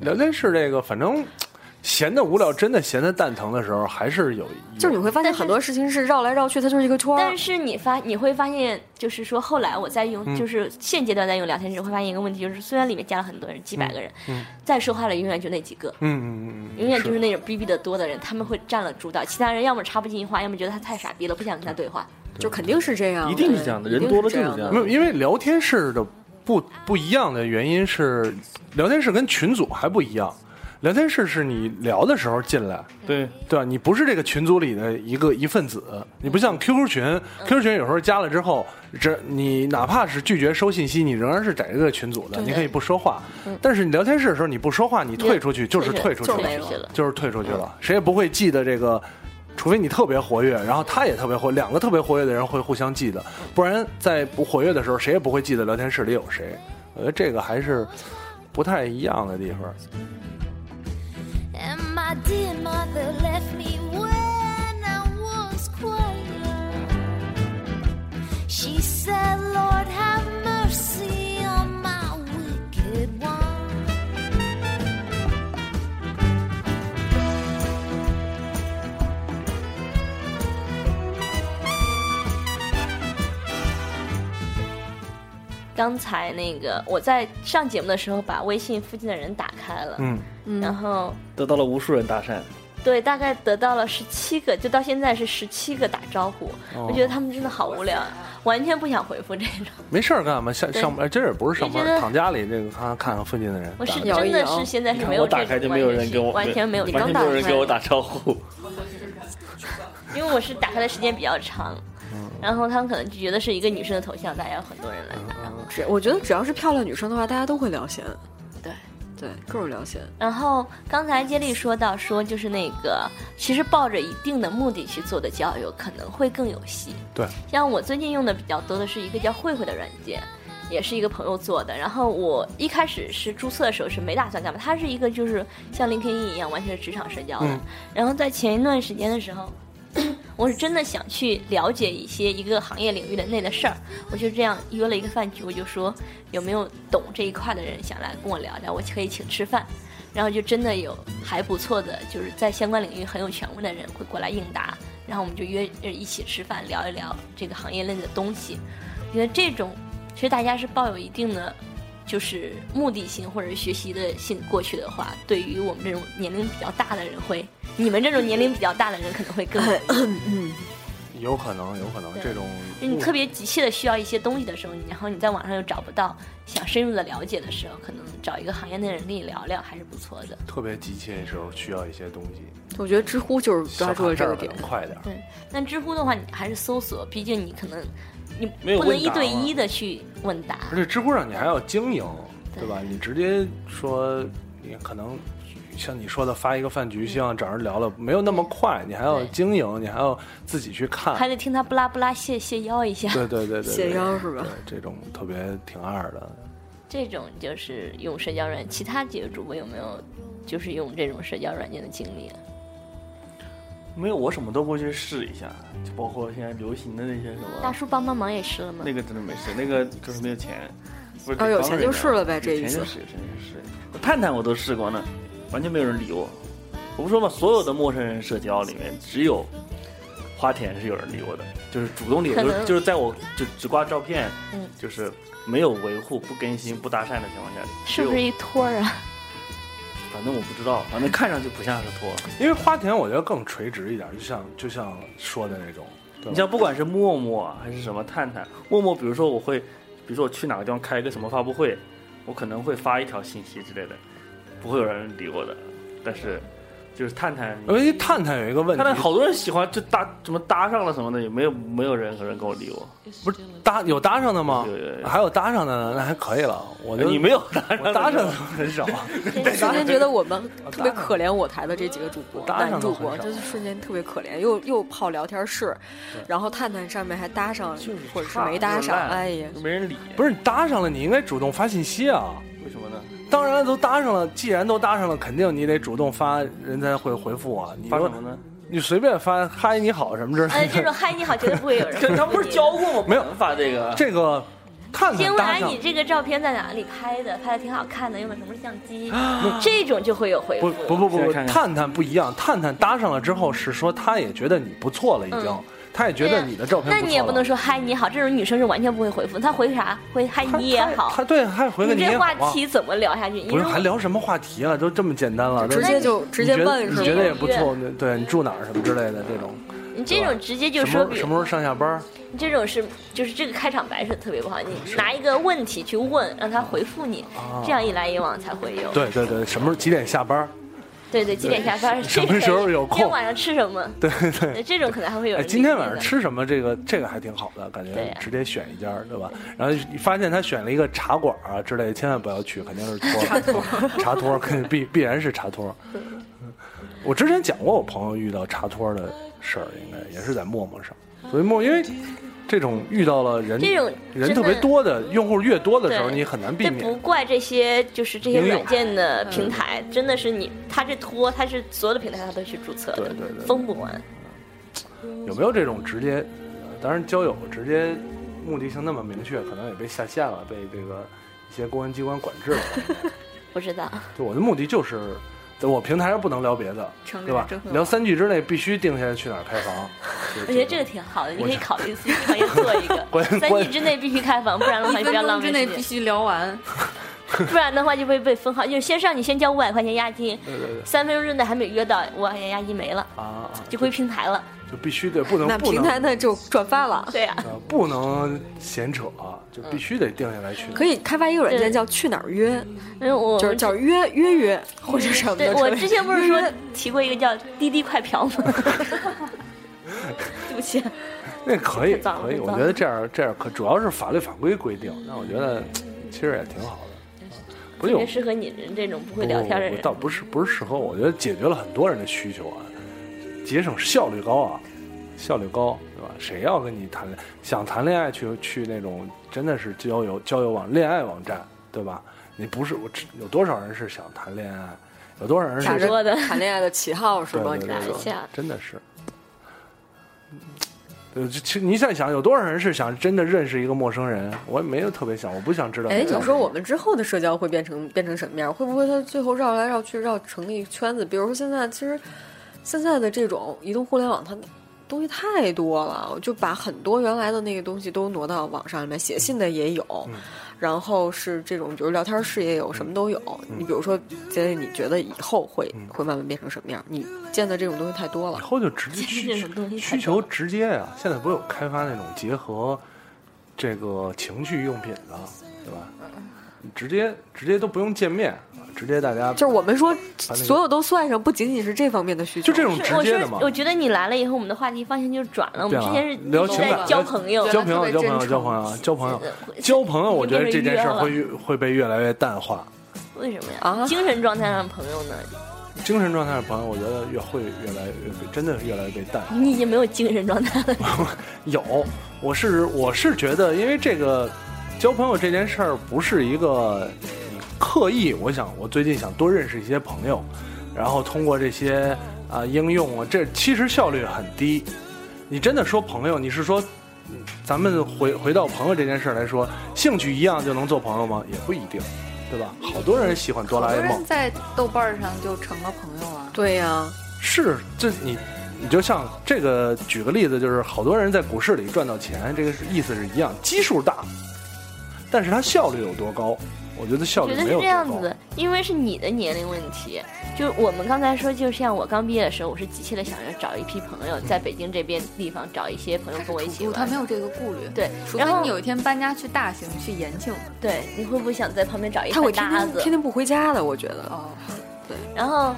Speaker 6: 聊天室这个，反正闲的无聊，真的闲的蛋疼的时候，还是有
Speaker 5: 就是你会发现
Speaker 2: 但是
Speaker 5: 很多事情是绕来绕去，它就是一个圈儿
Speaker 2: 但。是你发你会发现，就是说后来我在用，
Speaker 6: 嗯
Speaker 2: 就是现阶段在用聊天室，会发现一个问题，就是虽然里面加了很多人，几百个人，再说话的永远就那几个，
Speaker 6: 嗯嗯嗯嗯，
Speaker 2: 永远就是那种逼逼的多的人，他们会占了主导，其他人要么插不进话，要么觉得他太傻逼了，不想跟他对话。
Speaker 5: 就肯定是这样的，
Speaker 7: 一定是这样的，
Speaker 5: 一定
Speaker 7: 人多了就是
Speaker 5: 样
Speaker 7: 这样
Speaker 6: 没
Speaker 7: 的。
Speaker 6: 有，因为聊天室的不不一样的原因是，聊天室跟群组还不一样。聊天室是你聊的时候进来，
Speaker 7: 对，
Speaker 6: 对啊吧？你不是这个群组里的一个一份子，你
Speaker 2: 嗯
Speaker 6: 不像 QQ 群，QQ 群有时候加了之后，这你哪怕是拒绝收信息，你仍然是在这个群组的，你可以不说话。
Speaker 2: 嗯
Speaker 6: 但是你聊天室的时候，你不说话，你退出去就是退出去
Speaker 2: 就是退
Speaker 6: 了
Speaker 2: 出去了，
Speaker 6: 就是退出去了，谁也不会记得这个。除非你特别活跃，然后他也特别活，两个特别活跃的人会互相记得，
Speaker 2: 嗯
Speaker 6: 不然在不活跃的时候，谁也不会记得聊天室里有谁。我觉得这个还是不太一样的地方。
Speaker 8: And my dear mother left me when I was quite young. She said, Lord, have mercy on my wicked one.
Speaker 2: 刚才那个我在上节目的时候，把微信附近的人打开了，
Speaker 6: 嗯，
Speaker 2: 然后
Speaker 7: 得到了无数人搭讪，
Speaker 2: 对，大概得到了十七个，就到现在是十七个打招呼。
Speaker 6: 哦
Speaker 2: 我觉得他们真的好无聊，啊，完全不想回复这种。
Speaker 6: 没事儿干嘛？下
Speaker 2: 对
Speaker 6: 上班，哎这也不是上
Speaker 2: 我觉
Speaker 6: 班，
Speaker 2: 得
Speaker 6: 躺家里这个看看看附近的人。
Speaker 2: 我是
Speaker 6: 打
Speaker 5: 摇
Speaker 2: 真
Speaker 5: 一
Speaker 2: 的
Speaker 5: 摇
Speaker 2: 是现在是嗯没
Speaker 7: 我
Speaker 2: 有这
Speaker 7: 打
Speaker 2: 种
Speaker 7: 开就
Speaker 2: 关
Speaker 7: 没有
Speaker 2: 系
Speaker 7: 人跟我
Speaker 2: 完全没有这
Speaker 7: 完
Speaker 2: 种
Speaker 7: 全
Speaker 2: 关系，
Speaker 7: 没有人跟我打招呼。
Speaker 2: 因为我是打开的时间比较长，
Speaker 7: 嗯
Speaker 2: 然后他们可能就觉得是一个女生的头像，大家有很多人来打，然后
Speaker 5: 只我觉得只要是漂亮女生的话，大家都会聊闲。
Speaker 2: 对
Speaker 5: 对，各种聊闲。
Speaker 2: 然后刚才接力说到说就是那个，其实抱着一定的目的去做的交友可能会更有戏。
Speaker 6: 对，
Speaker 2: 像我最近用的比较多的是一个叫慧慧的软件，也是一个朋友做的。然后我一开始是注册的时候是没打算干嘛，它是一个就是像 LinkedIn 一样完全是职场社交
Speaker 6: 嗯
Speaker 2: 的。然后在前一段时间的时候。我是真的想去了解一些一个行业领域的内的事儿，我就这样约了一个饭局，我就说有没有懂这一块的人想来跟我聊聊，我可以请吃饭。然后就真的有还不错的，就是在相关领域很有权威的人会过来应答，然后我们就约呃一起吃饭聊一聊这个行业内的东西。我觉得这种其实大家是抱有一定的就是目的性或者学习的性过去的话，对于我们这种年龄比较大的人会，你们这种年龄比较大的人可能会更有意思。
Speaker 6: 有可能，有可能
Speaker 2: 对
Speaker 6: 这种
Speaker 2: 就你特别急切的需要一些东西的时候，然后你在网上又找不到想深入的了解的时候，可能找一个行业内的人跟你聊聊还是不错的。
Speaker 6: 特别急切的时候需要一些东西，
Speaker 5: 我觉得知乎就是抓住了这个点
Speaker 6: 小卡片儿吧。能快点儿。
Speaker 2: 对，那知乎的话，你还是搜索，毕竟你可能你
Speaker 7: 没有
Speaker 2: 不能
Speaker 7: 问
Speaker 2: 一
Speaker 7: 答
Speaker 2: 对
Speaker 7: 嘛
Speaker 2: 一的去问答。
Speaker 6: 而且知乎上你还要经营，
Speaker 2: 对
Speaker 6: 对吧？你直接说，你可能像你说的发一个饭局，希望找人聊聊，没有那么快，你还要
Speaker 2: 对
Speaker 6: 经营，你还要自己去
Speaker 2: 还
Speaker 6: 看。
Speaker 2: 得听他不拉不拉谢谢邀一下，
Speaker 6: 对对对对对，
Speaker 5: 写腰是吧
Speaker 6: 对，这种特别挺二的。
Speaker 2: 这种就是用社交软，其他几个主播有没有就是用这种社交软件的经历啊？
Speaker 7: 没有，我什么都会去试一下，就包括现在流行的那些什
Speaker 2: 大
Speaker 7: 么，
Speaker 2: 叔帮帮忙也是了吗？
Speaker 7: 那个真的没试，那个就是没有钱。不是
Speaker 5: 哦
Speaker 7: 给
Speaker 5: 有
Speaker 7: 帮
Speaker 5: 钱
Speaker 7: 人
Speaker 5: 就
Speaker 7: 的
Speaker 5: 试了呗这
Speaker 7: 有
Speaker 5: 意
Speaker 7: 钱就
Speaker 5: 思
Speaker 7: 试，有钱就试。我探探我都试过呢，完全没有人理我。我不说嘛，所有的陌生人社交里面，只有花田是有人理我的，就是主动理我，
Speaker 2: 可
Speaker 7: 就
Speaker 2: 能
Speaker 7: 是就是在我就只挂照片，
Speaker 2: 嗯
Speaker 7: 就是没有维护、不更新、不搭讪的情况下，
Speaker 2: 是不是
Speaker 7: 只有？
Speaker 2: 一托儿 啊？
Speaker 7: 反正我不知道，反正看上去不像是托。
Speaker 6: 因为花田我觉得更垂直一点，就像就像说的那种，对
Speaker 7: 你
Speaker 6: 吧？
Speaker 7: 像不管是陌陌啊还是什么探探，陌陌比如说我会，比如说我去哪个地方开一个什么发布会，我可能会发一条信息之类的，不会有人理我的。但是就是探探你，
Speaker 6: 因为探探有一个问题
Speaker 7: 探，探好多人喜欢，就搭什么搭上了什么的，也没有没有人可能跟我理我，
Speaker 6: 不是搭有搭上的吗
Speaker 7: 有有？有
Speaker 6: 还有搭上的呢，那还可以了。我觉得
Speaker 7: 你没有搭
Speaker 6: 我
Speaker 7: 上，
Speaker 6: 搭上的很少，啊
Speaker 5: 瞬间觉得我 们特别可怜我台的这几个主播，
Speaker 6: 搭
Speaker 5: 男
Speaker 6: 上了
Speaker 5: 主播
Speaker 6: 很少
Speaker 5: 就是瞬间特别可怜，又又泡聊天室，然后探探上面还搭上，或者是没搭上，哎呀，
Speaker 7: 就没人理，
Speaker 6: 不是你搭上了，你应该主动发信息啊。
Speaker 7: 为什么呢？
Speaker 6: 当然了都搭上了，既然都搭上了，肯定你得主动发，人才会回复啊。你
Speaker 7: 发
Speaker 6: 说
Speaker 7: 什么呢？
Speaker 6: 你随便发嗨你好什么之
Speaker 2: 哎，
Speaker 6: 类
Speaker 2: 这
Speaker 6: 的，
Speaker 2: 种嗨你好绝对不会有人 回复你
Speaker 7: 这
Speaker 2: 的。
Speaker 7: 他不是 教过我
Speaker 6: 没有
Speaker 7: 发这个，
Speaker 6: 这个探
Speaker 2: 先
Speaker 6: 探
Speaker 2: 问
Speaker 6: 搭
Speaker 2: 哎，
Speaker 6: 上
Speaker 2: 你这个照片在哪里拍的？拍的挺好看的，用的什么相机？ 这种就会有回
Speaker 6: 啊不
Speaker 2: 复。
Speaker 6: 不不不
Speaker 7: 现
Speaker 6: 不，
Speaker 7: 在看看
Speaker 6: 探探不一样，探探搭上了之后是说他也觉得你不错了，已经
Speaker 2: 嗯，
Speaker 6: 他也觉
Speaker 2: 对
Speaker 6: 得
Speaker 2: 呀
Speaker 6: 你的照片
Speaker 2: 那
Speaker 6: 错
Speaker 2: 你也不
Speaker 6: 了
Speaker 2: 能说嗨你好，这种女生是完全不会回复，她回啥？回嗨
Speaker 6: 他
Speaker 2: 你也
Speaker 6: 他
Speaker 2: 好
Speaker 6: 他。对，还回个
Speaker 2: 你
Speaker 6: 你
Speaker 2: 这
Speaker 6: 也好
Speaker 2: 话
Speaker 6: 啊。
Speaker 2: 题怎么聊下去？
Speaker 6: 不
Speaker 2: 因为
Speaker 6: 是还聊什么话题了？都这么简单了，
Speaker 5: 直接就直接问
Speaker 6: 你
Speaker 5: 是
Speaker 6: 觉得
Speaker 5: 吧
Speaker 6: 你觉得也不错，那对你住哪儿什么之类的这种，
Speaker 2: 你这种直接就
Speaker 6: 什
Speaker 2: 说，
Speaker 6: 么
Speaker 2: 比
Speaker 6: 什
Speaker 2: 如
Speaker 6: 么时候上下班？
Speaker 2: 你这种是就是这个开场白是特别不好，你拿一个问题去问，让他回复你，这样一来一往才会有。
Speaker 6: 啊对对对，什么时候几点下班？
Speaker 2: 对对，几点下班？
Speaker 6: 什么
Speaker 2: 这个
Speaker 6: 时候有空
Speaker 2: 今天晚上吃什么？
Speaker 6: 对 对。
Speaker 2: 对，这种可能还会有
Speaker 6: 哎，
Speaker 2: 人。
Speaker 6: 今天晚上。吃什么？这个这个还挺好的，感
Speaker 2: 对啊
Speaker 6: 觉
Speaker 2: 呀
Speaker 6: 直接选一家，对吧？然后你发现他选了一个茶馆啊之类的，千万不要去，肯定是托茶托， 茶托 肯定必必然是茶托。我之前讲过我朋友遇到茶托的事儿，应该也是在陌陌上，所以陌因为这种遇到了人
Speaker 2: 这种
Speaker 6: 人
Speaker 2: 真
Speaker 6: 特别
Speaker 2: 的
Speaker 6: 多的用户越多的时候，
Speaker 2: 对
Speaker 6: 你很难避
Speaker 2: 这不
Speaker 6: 免。
Speaker 2: 怪这些，就是这些
Speaker 6: 应用
Speaker 2: 软件的
Speaker 4: 嗯
Speaker 2: 平台，真的是你，它这托，它是所有的平台它都去注册的，
Speaker 6: 对对对
Speaker 2: 封不完。
Speaker 6: 有没有这种直接？呃当然，交友直接目的性那么明确，可能也被下线了，被这个一些公安机关管制了。
Speaker 2: 不知 道，
Speaker 6: 对，我的目的就是，在我平台上不能聊别的，
Speaker 4: 成
Speaker 6: 对吧
Speaker 4: 真？很
Speaker 6: 聊三句之内必须定下来去哪儿开房。我
Speaker 2: 我觉得这个挺好的，你可以考虑自己创业做一个
Speaker 6: 关，
Speaker 2: 三
Speaker 6: 关
Speaker 2: 季之内必须开房，不然的话
Speaker 4: 一
Speaker 2: 你
Speaker 4: 分
Speaker 2: 不要浪
Speaker 4: 钟
Speaker 2: 费时
Speaker 4: 之内
Speaker 2: 间，
Speaker 4: 必须聊完，
Speaker 2: 不然的话就会被分号，就是先上你先交五百块钱押金，
Speaker 6: 对对对
Speaker 2: 三分钟之内还没约到，五百块钱押金没了，
Speaker 6: 啊啊，
Speaker 2: 就归平台了。
Speaker 6: 就必须得不能
Speaker 5: 那
Speaker 6: 不
Speaker 5: 平
Speaker 6: 能
Speaker 5: 台那就赚翻
Speaker 4: 哦
Speaker 5: 了。
Speaker 2: 对呀、啊，
Speaker 6: 呃不能闲扯啊，就必须得定下来去哪儿。
Speaker 5: 可以开发一个软
Speaker 2: 对
Speaker 5: 件叫“去哪儿约
Speaker 2: 因为”，我
Speaker 5: 就是叫约约约或者什么的
Speaker 2: 对
Speaker 5: 之类的。
Speaker 2: 我之前不是 说提过一个叫滴滴快嫖吗？对不起，啊
Speaker 6: 那可以
Speaker 2: 太脏了
Speaker 6: 可以，
Speaker 2: 太
Speaker 6: 我
Speaker 2: 脏
Speaker 6: 觉得这样这样可主要是法律法规规定，那我觉得其实也挺好的。不
Speaker 2: 特
Speaker 6: 是有
Speaker 2: 别适合你们这种不会
Speaker 6: 不
Speaker 2: 聊天的
Speaker 6: 不
Speaker 2: 人。
Speaker 6: 倒不是不是适合我，我觉得解决了很多人的需求啊，节省效率高啊，效率高，对吧？谁要跟你谈恋想谈恋爱去去那种真的是交友交友网恋爱网站，对吧？你不是我知有多少人是想谈恋爱，有多少人是
Speaker 5: 打
Speaker 2: 挺多的
Speaker 5: 着谈恋爱的旗号是
Speaker 6: 对
Speaker 5: 吗？
Speaker 6: 对
Speaker 5: 你
Speaker 6: 对
Speaker 5: 这
Speaker 6: 对
Speaker 5: 说
Speaker 2: 一下
Speaker 6: 真的是。呃，就其实你在想，有多少人是想真的认识一个陌生人？我也没有特别想，我不想知道。
Speaker 5: 哎，你说我们之后的社交会变成变成什么样？会不会它最后绕来绕去，绕成了一圈子？比如说现在，其实现在的这种移动互联网，它东西太多了，就把很多原来的那个东西都挪到网上面，写信的也有，
Speaker 6: 嗯
Speaker 5: 然后是这种，比如聊天室也有，什么都有。
Speaker 6: 嗯
Speaker 5: 你比如说，杰姐，你觉得以后会、会慢慢变成什么样？你见的这种东西太多
Speaker 6: 以
Speaker 5: 了，
Speaker 6: 后就直接需
Speaker 2: 这种东西太
Speaker 6: 需求直接呀、现在不是有开发那种结合这个情趣用品的，对吧？
Speaker 2: 嗯
Speaker 6: 直接直接都不用见面，直接大家
Speaker 5: 就是我们说
Speaker 6: 把那个
Speaker 5: 所有都算上，不仅仅是这方面的需求，
Speaker 6: 就这种
Speaker 2: 是
Speaker 6: 直
Speaker 2: 我
Speaker 6: 接的嘛
Speaker 2: 说，。我觉得你来了以后，我们的话题方向就转了。我们之
Speaker 6: 变了
Speaker 2: 前是
Speaker 6: 聊
Speaker 2: 一直
Speaker 6: 情感
Speaker 2: 在交朋友，
Speaker 6: 交朋
Speaker 4: 原
Speaker 6: 友，
Speaker 4: 来特
Speaker 6: 交
Speaker 4: 别
Speaker 6: 朋友，
Speaker 4: 真
Speaker 6: 交朋友，啊交朋友，
Speaker 2: 是
Speaker 6: 交朋友。我觉得
Speaker 2: 已
Speaker 6: 这
Speaker 2: 经被
Speaker 6: 件事儿
Speaker 2: 约了
Speaker 6: 会越会被越来越淡化，
Speaker 2: 为什么呀？
Speaker 5: 啊
Speaker 2: 精神状态上的朋友呢？
Speaker 6: 精神状态的朋友，我觉得越会越来越被真的是越来越被淡化。
Speaker 2: 你已经没有精神状态了。
Speaker 6: 有，我是我是觉得，因为这个交朋友这件事儿不是一个你刻意，我想我最近想多认识一些朋友，然后通过这些啊、应用啊，这其实效率很低。你真的说朋友，你是说嗯咱们回回到朋友这件事儿来说，兴趣一样就能做朋友吗？也不一定，对吧？好多人喜欢哆
Speaker 4: 好
Speaker 6: 啦
Speaker 4: 多
Speaker 6: A 梦
Speaker 4: 人，在豆瓣儿上就成了朋友啊。
Speaker 5: 对呀、
Speaker 6: 是，这你你就像这个，举个例子，就是好多人在股市里赚到钱，这个是意思是一样，基数大，但是它效率有多高？我觉得效
Speaker 2: 我
Speaker 6: 率
Speaker 2: 觉得
Speaker 6: 没
Speaker 2: 是
Speaker 6: 有
Speaker 2: 这样
Speaker 6: 多
Speaker 2: 子
Speaker 6: 高。
Speaker 2: 的，因为是你的年龄问题。就是我们刚才说，就像我刚毕业的时候，我是急切的想着找一批朋友，在北京这边地方找一些朋友跟我一起
Speaker 4: 不，他
Speaker 2: 玩
Speaker 4: 没。有这个顾虑。，
Speaker 2: 对，
Speaker 4: 除非
Speaker 2: 然后
Speaker 4: 你有一天搬家去大型，去延庆。
Speaker 2: 对，你会不会想在旁边找一
Speaker 5: 他会
Speaker 2: 块
Speaker 5: 天
Speaker 2: 搭
Speaker 5: 天
Speaker 2: 子
Speaker 5: 天？天不回家的，我觉得。
Speaker 4: 哦，
Speaker 2: 然后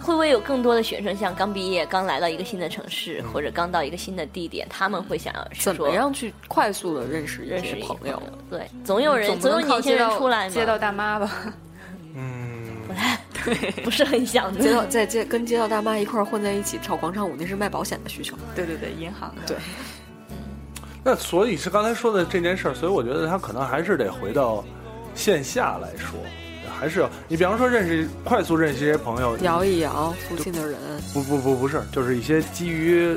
Speaker 2: 会不会有更多的学生像刚毕业、刚来到一个新的城
Speaker 6: 嗯
Speaker 2: 市，或者刚到一个新的地点，他们会想要是
Speaker 5: 怎么
Speaker 2: 说
Speaker 5: 样去快速的认识一
Speaker 2: 认识
Speaker 5: 些
Speaker 2: 一
Speaker 5: 朋
Speaker 2: 朋
Speaker 5: 友
Speaker 2: 友？对，总有人
Speaker 4: 总不
Speaker 2: 总有
Speaker 4: 能靠
Speaker 2: 年轻
Speaker 4: 街
Speaker 2: 人
Speaker 4: 道
Speaker 2: 出来
Speaker 4: 街
Speaker 2: 嘛，
Speaker 4: 道大妈吧？
Speaker 6: 嗯
Speaker 2: 不是很想
Speaker 5: 街
Speaker 2: 的。
Speaker 5: 道在街跟街道大妈一块儿混在一起跳广场舞，那是卖保险的需求。
Speaker 4: 对对对，银行的。
Speaker 5: 对
Speaker 6: 那所以是刚才说的这件事儿，所以我觉得他可能还是得回到线下来说，还是要你比方说认识快速认识这些朋友，
Speaker 5: 摇一摇附近的人，
Speaker 6: 不不不不是，就是一些基于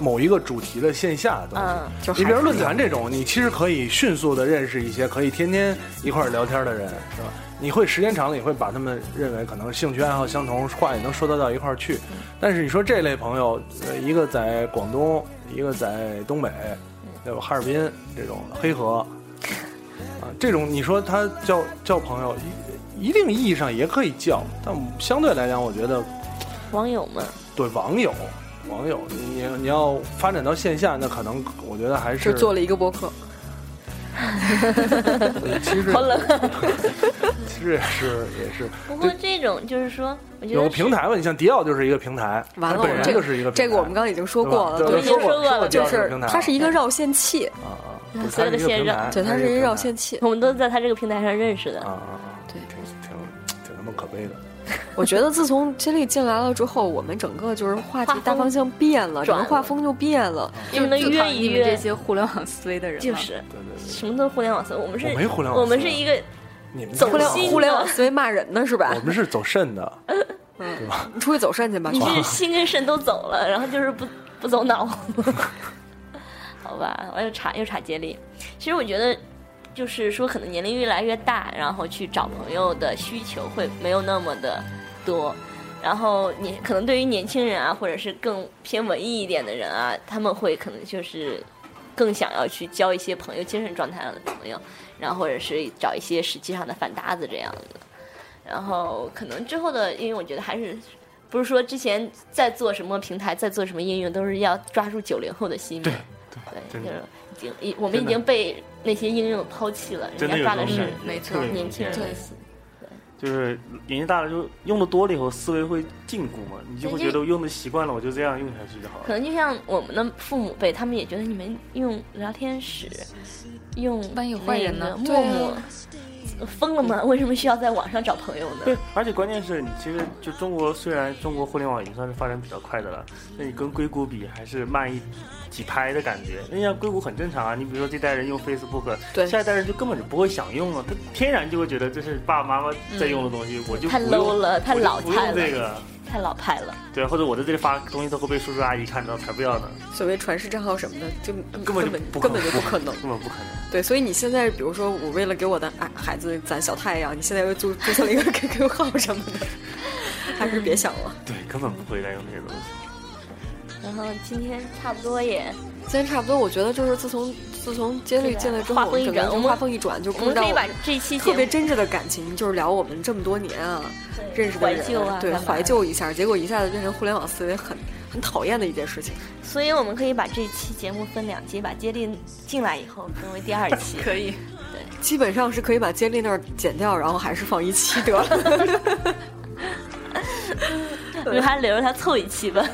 Speaker 6: 某一个主题的线下的东西。
Speaker 2: 嗯
Speaker 5: 就还
Speaker 6: 你比如
Speaker 5: 是
Speaker 6: 论坛这种，你其实可以迅速的认识一些可以天天一块儿聊天的人，是吧？你会时间长了，你会把他们认为可能兴趣爱好相同，话也能说得到一块儿去。
Speaker 5: 嗯
Speaker 6: 但是你说这类朋友，呃，一个在广东，一个在东北，对吧？哈尔滨这种黑河，啊，这种你说他叫叫朋友，一一定意义上也可以叫，但相对来讲，我觉得
Speaker 2: 网友们，
Speaker 6: 对网友，网友，你你要发展到线下，那可能我觉得还是
Speaker 5: 就做了一个播客，
Speaker 6: 对其 实
Speaker 2: 好冷。啊
Speaker 6: 其实也是也是
Speaker 2: 不过这种就是说，我觉
Speaker 6: 有
Speaker 2: 得
Speaker 6: 个平台吧，你像迪奥就是一个平台，
Speaker 5: 完了
Speaker 6: 它本
Speaker 5: 这
Speaker 6: 身就是一个平台
Speaker 5: 这个我们刚刚已经说过了，
Speaker 6: 对吧
Speaker 5: 就
Speaker 6: 对
Speaker 5: 是
Speaker 6: 说过
Speaker 2: 说过了嗯
Speaker 6: 迪奥
Speaker 5: 就
Speaker 6: 个
Speaker 5: 是
Speaker 6: 平台
Speaker 5: 它是一个绕线器，
Speaker 6: 啊啊，啊不
Speaker 2: 所有的
Speaker 6: 它是一个
Speaker 2: 线
Speaker 6: 平
Speaker 2: 绕
Speaker 6: 台
Speaker 5: 对，它是一个
Speaker 6: 一个
Speaker 5: 绕
Speaker 6: 平台
Speaker 5: 线器。
Speaker 2: 我们都在他这个平台上认识的。
Speaker 6: 啊啊啊，
Speaker 5: 对
Speaker 6: 挺挺挺他妈可悲的。
Speaker 5: 我觉得自从金立进来了之后，我们整个就是话题
Speaker 2: 画风
Speaker 5: 大方向变了，整
Speaker 2: 转
Speaker 5: 个
Speaker 2: 了
Speaker 5: 画风就变了。
Speaker 2: 你们能
Speaker 4: 就
Speaker 2: 约
Speaker 4: 讨厌
Speaker 2: 一
Speaker 4: 你们这
Speaker 2: 约，
Speaker 4: 些互联网思维的人
Speaker 2: 就
Speaker 4: 吗
Speaker 2: 是
Speaker 6: 对对对，
Speaker 2: 什么都是互联网思维，我们是
Speaker 6: 我没互联网思维啊
Speaker 2: 我们是一个
Speaker 6: 你们
Speaker 2: 走
Speaker 5: 互联
Speaker 2: 心
Speaker 5: 互联
Speaker 2: 的
Speaker 5: 网思维骂人呢是吧
Speaker 6: 我？们是走肾的，对吧？
Speaker 5: 你出去走肾去吧，
Speaker 2: 你是心跟肾都走了，然后就是不不走脑。 好吧，我又查又查接力。其实我觉得，就是说可能年龄越来越大，然后去找朋友的需求会没有那么的多。然后你可能对于年轻人啊，或者是更偏文艺一点的人啊，他们会可能就是更想要去交一些朋友，精神状态上的朋友，然后或者是找一些实际上的饭搭子这样的。然后可能之后的，因为我觉得还是不是说之前在做什么平台，在做什么应用，都是要抓住九零后的心嘛。对
Speaker 6: 真
Speaker 2: 就
Speaker 6: 的
Speaker 2: 是已经已我们已
Speaker 6: 真的
Speaker 2: 经被那些应用抛弃了，人
Speaker 7: 真
Speaker 2: 家
Speaker 7: 的有
Speaker 2: 抓
Speaker 7: 这
Speaker 2: 的
Speaker 7: 种
Speaker 2: 是
Speaker 7: 感觉，
Speaker 4: 没错
Speaker 7: 特别
Speaker 2: 年轻人
Speaker 7: 明
Speaker 2: 的
Speaker 7: 显
Speaker 2: 心。
Speaker 7: 就是年纪大了就用的多了以后，思维会禁锢嘛，你就会觉得用的习惯了，我就这样用下去就好
Speaker 2: 可
Speaker 7: 了。
Speaker 2: 能就像我们的父母辈，他们也觉得你们用聊天室，用
Speaker 4: 万一有坏人呢啊
Speaker 2: 那个陌陌，疯了吗？为什么需要在网上找朋友呢
Speaker 7: 对？，而且关键是你其实就中国，虽然中国互联网已经算是发展比较快的了，那你跟硅谷比还是慢一几拍的感觉。人家硅谷很正常啊，你比如说这代人用 Facebook，
Speaker 5: 对
Speaker 7: 下一代人就根本就不会想用了，他天然就会觉得这是爸爸妈妈在用的东西，我就
Speaker 2: 嗯太
Speaker 7: 不
Speaker 2: low
Speaker 7: 用
Speaker 2: 了太
Speaker 7: 我就
Speaker 2: 老
Speaker 7: 不
Speaker 2: 态了
Speaker 7: 用这个。
Speaker 2: 太老派了，
Speaker 7: 对，或者我在这里发东西都会被叔叔阿姨看到，才不要呢，
Speaker 5: 所谓传世账号什么的，就
Speaker 7: 根
Speaker 5: 本
Speaker 7: 本就不可
Speaker 5: 根本就不可能。
Speaker 7: 根本不可能。
Speaker 5: 对，所以你现在比如说，我为了给我的孩孩子攒小太阳，你现在又注注册了一个 QQ 号什么的，还是别想了。
Speaker 7: 对，根本不会再用这些东西。
Speaker 2: 然后今天差不多也，
Speaker 5: 今天差不多，我觉得就是自从自从接力进来之后，
Speaker 2: 画风一
Speaker 5: 整个人
Speaker 2: 转我
Speaker 5: 就
Speaker 2: 们
Speaker 5: 画风一转，就
Speaker 2: 我
Speaker 5: 不知
Speaker 2: 们
Speaker 5: 道
Speaker 2: 可以把这期节
Speaker 5: 特
Speaker 2: 目
Speaker 5: 别真挚的感情，就是聊我们这么多年啊认识的
Speaker 2: 怀
Speaker 5: 人，
Speaker 2: 旧啊，
Speaker 5: 对
Speaker 2: 干嘛
Speaker 5: 怀。旧一下，结果一下子变成互联网思维很很讨厌的一件事情。
Speaker 2: 所以我们可以把这期节目分两期，把接力进来以后分为第二 期。
Speaker 4: 可 以，
Speaker 5: 基本上是可以把接力那儿剪掉，然后还是放一期得 了。
Speaker 2: 我们还留着它凑一 期吧。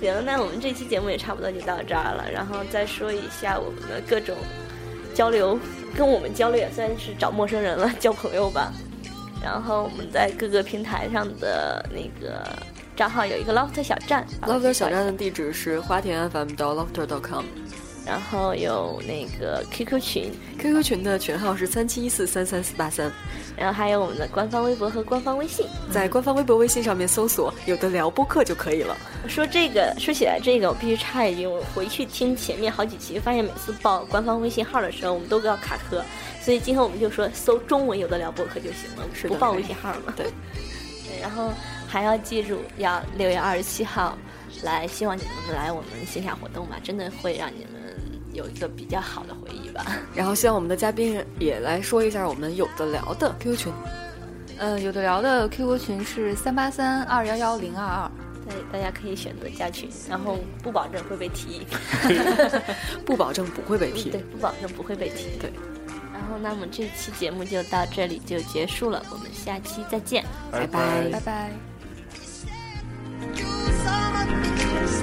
Speaker 2: 行，那我们这期节目也差不多就到这儿了，然后再说一下我们的各种交流，跟我们交流也算是找陌生人了，交朋友吧。然后我们在各个平台上的那个账号有一个 Loft 小站
Speaker 5: Lofter 小站的地址是花田 FM 到 Lofter.com。
Speaker 2: 然后有那个 QQ 群，
Speaker 5: QQ 群的群号是三七一四三三四八三，
Speaker 2: 然后还有我们的官方微博和官方微信。
Speaker 5: 在官方微博、微信上面搜索“有的聊播客”就可以了。
Speaker 2: 说这个，说起来这个，我必须插一句，我回去听前面好几期，发现每次报官方微信号的时候，我们都要卡壳，所以今后我们就说搜中文有的聊博客就行了，
Speaker 5: 是的
Speaker 2: 不报微信号了。
Speaker 5: 对
Speaker 2: 对，然后还要记住要六月二十七号来，希望你们来我们线下活动吧，真的会让你们有一个比较好的回忆吧。
Speaker 5: 然后希望我们的嘉宾也来说一下我们有的聊的 QQ 群。
Speaker 4: 呃，有的聊的 QQ 群是三八三二幺幺零二二，
Speaker 2: 对，大家可以选择加群，然后不保证会被提，
Speaker 5: 不保证不会被踢
Speaker 2: 对，。不保证不会被提。
Speaker 5: 对，
Speaker 2: 然后那么这期节目就到这里就结束了，我们下期再见。
Speaker 5: 拜拜。
Speaker 4: 拜拜。
Speaker 8: love me, she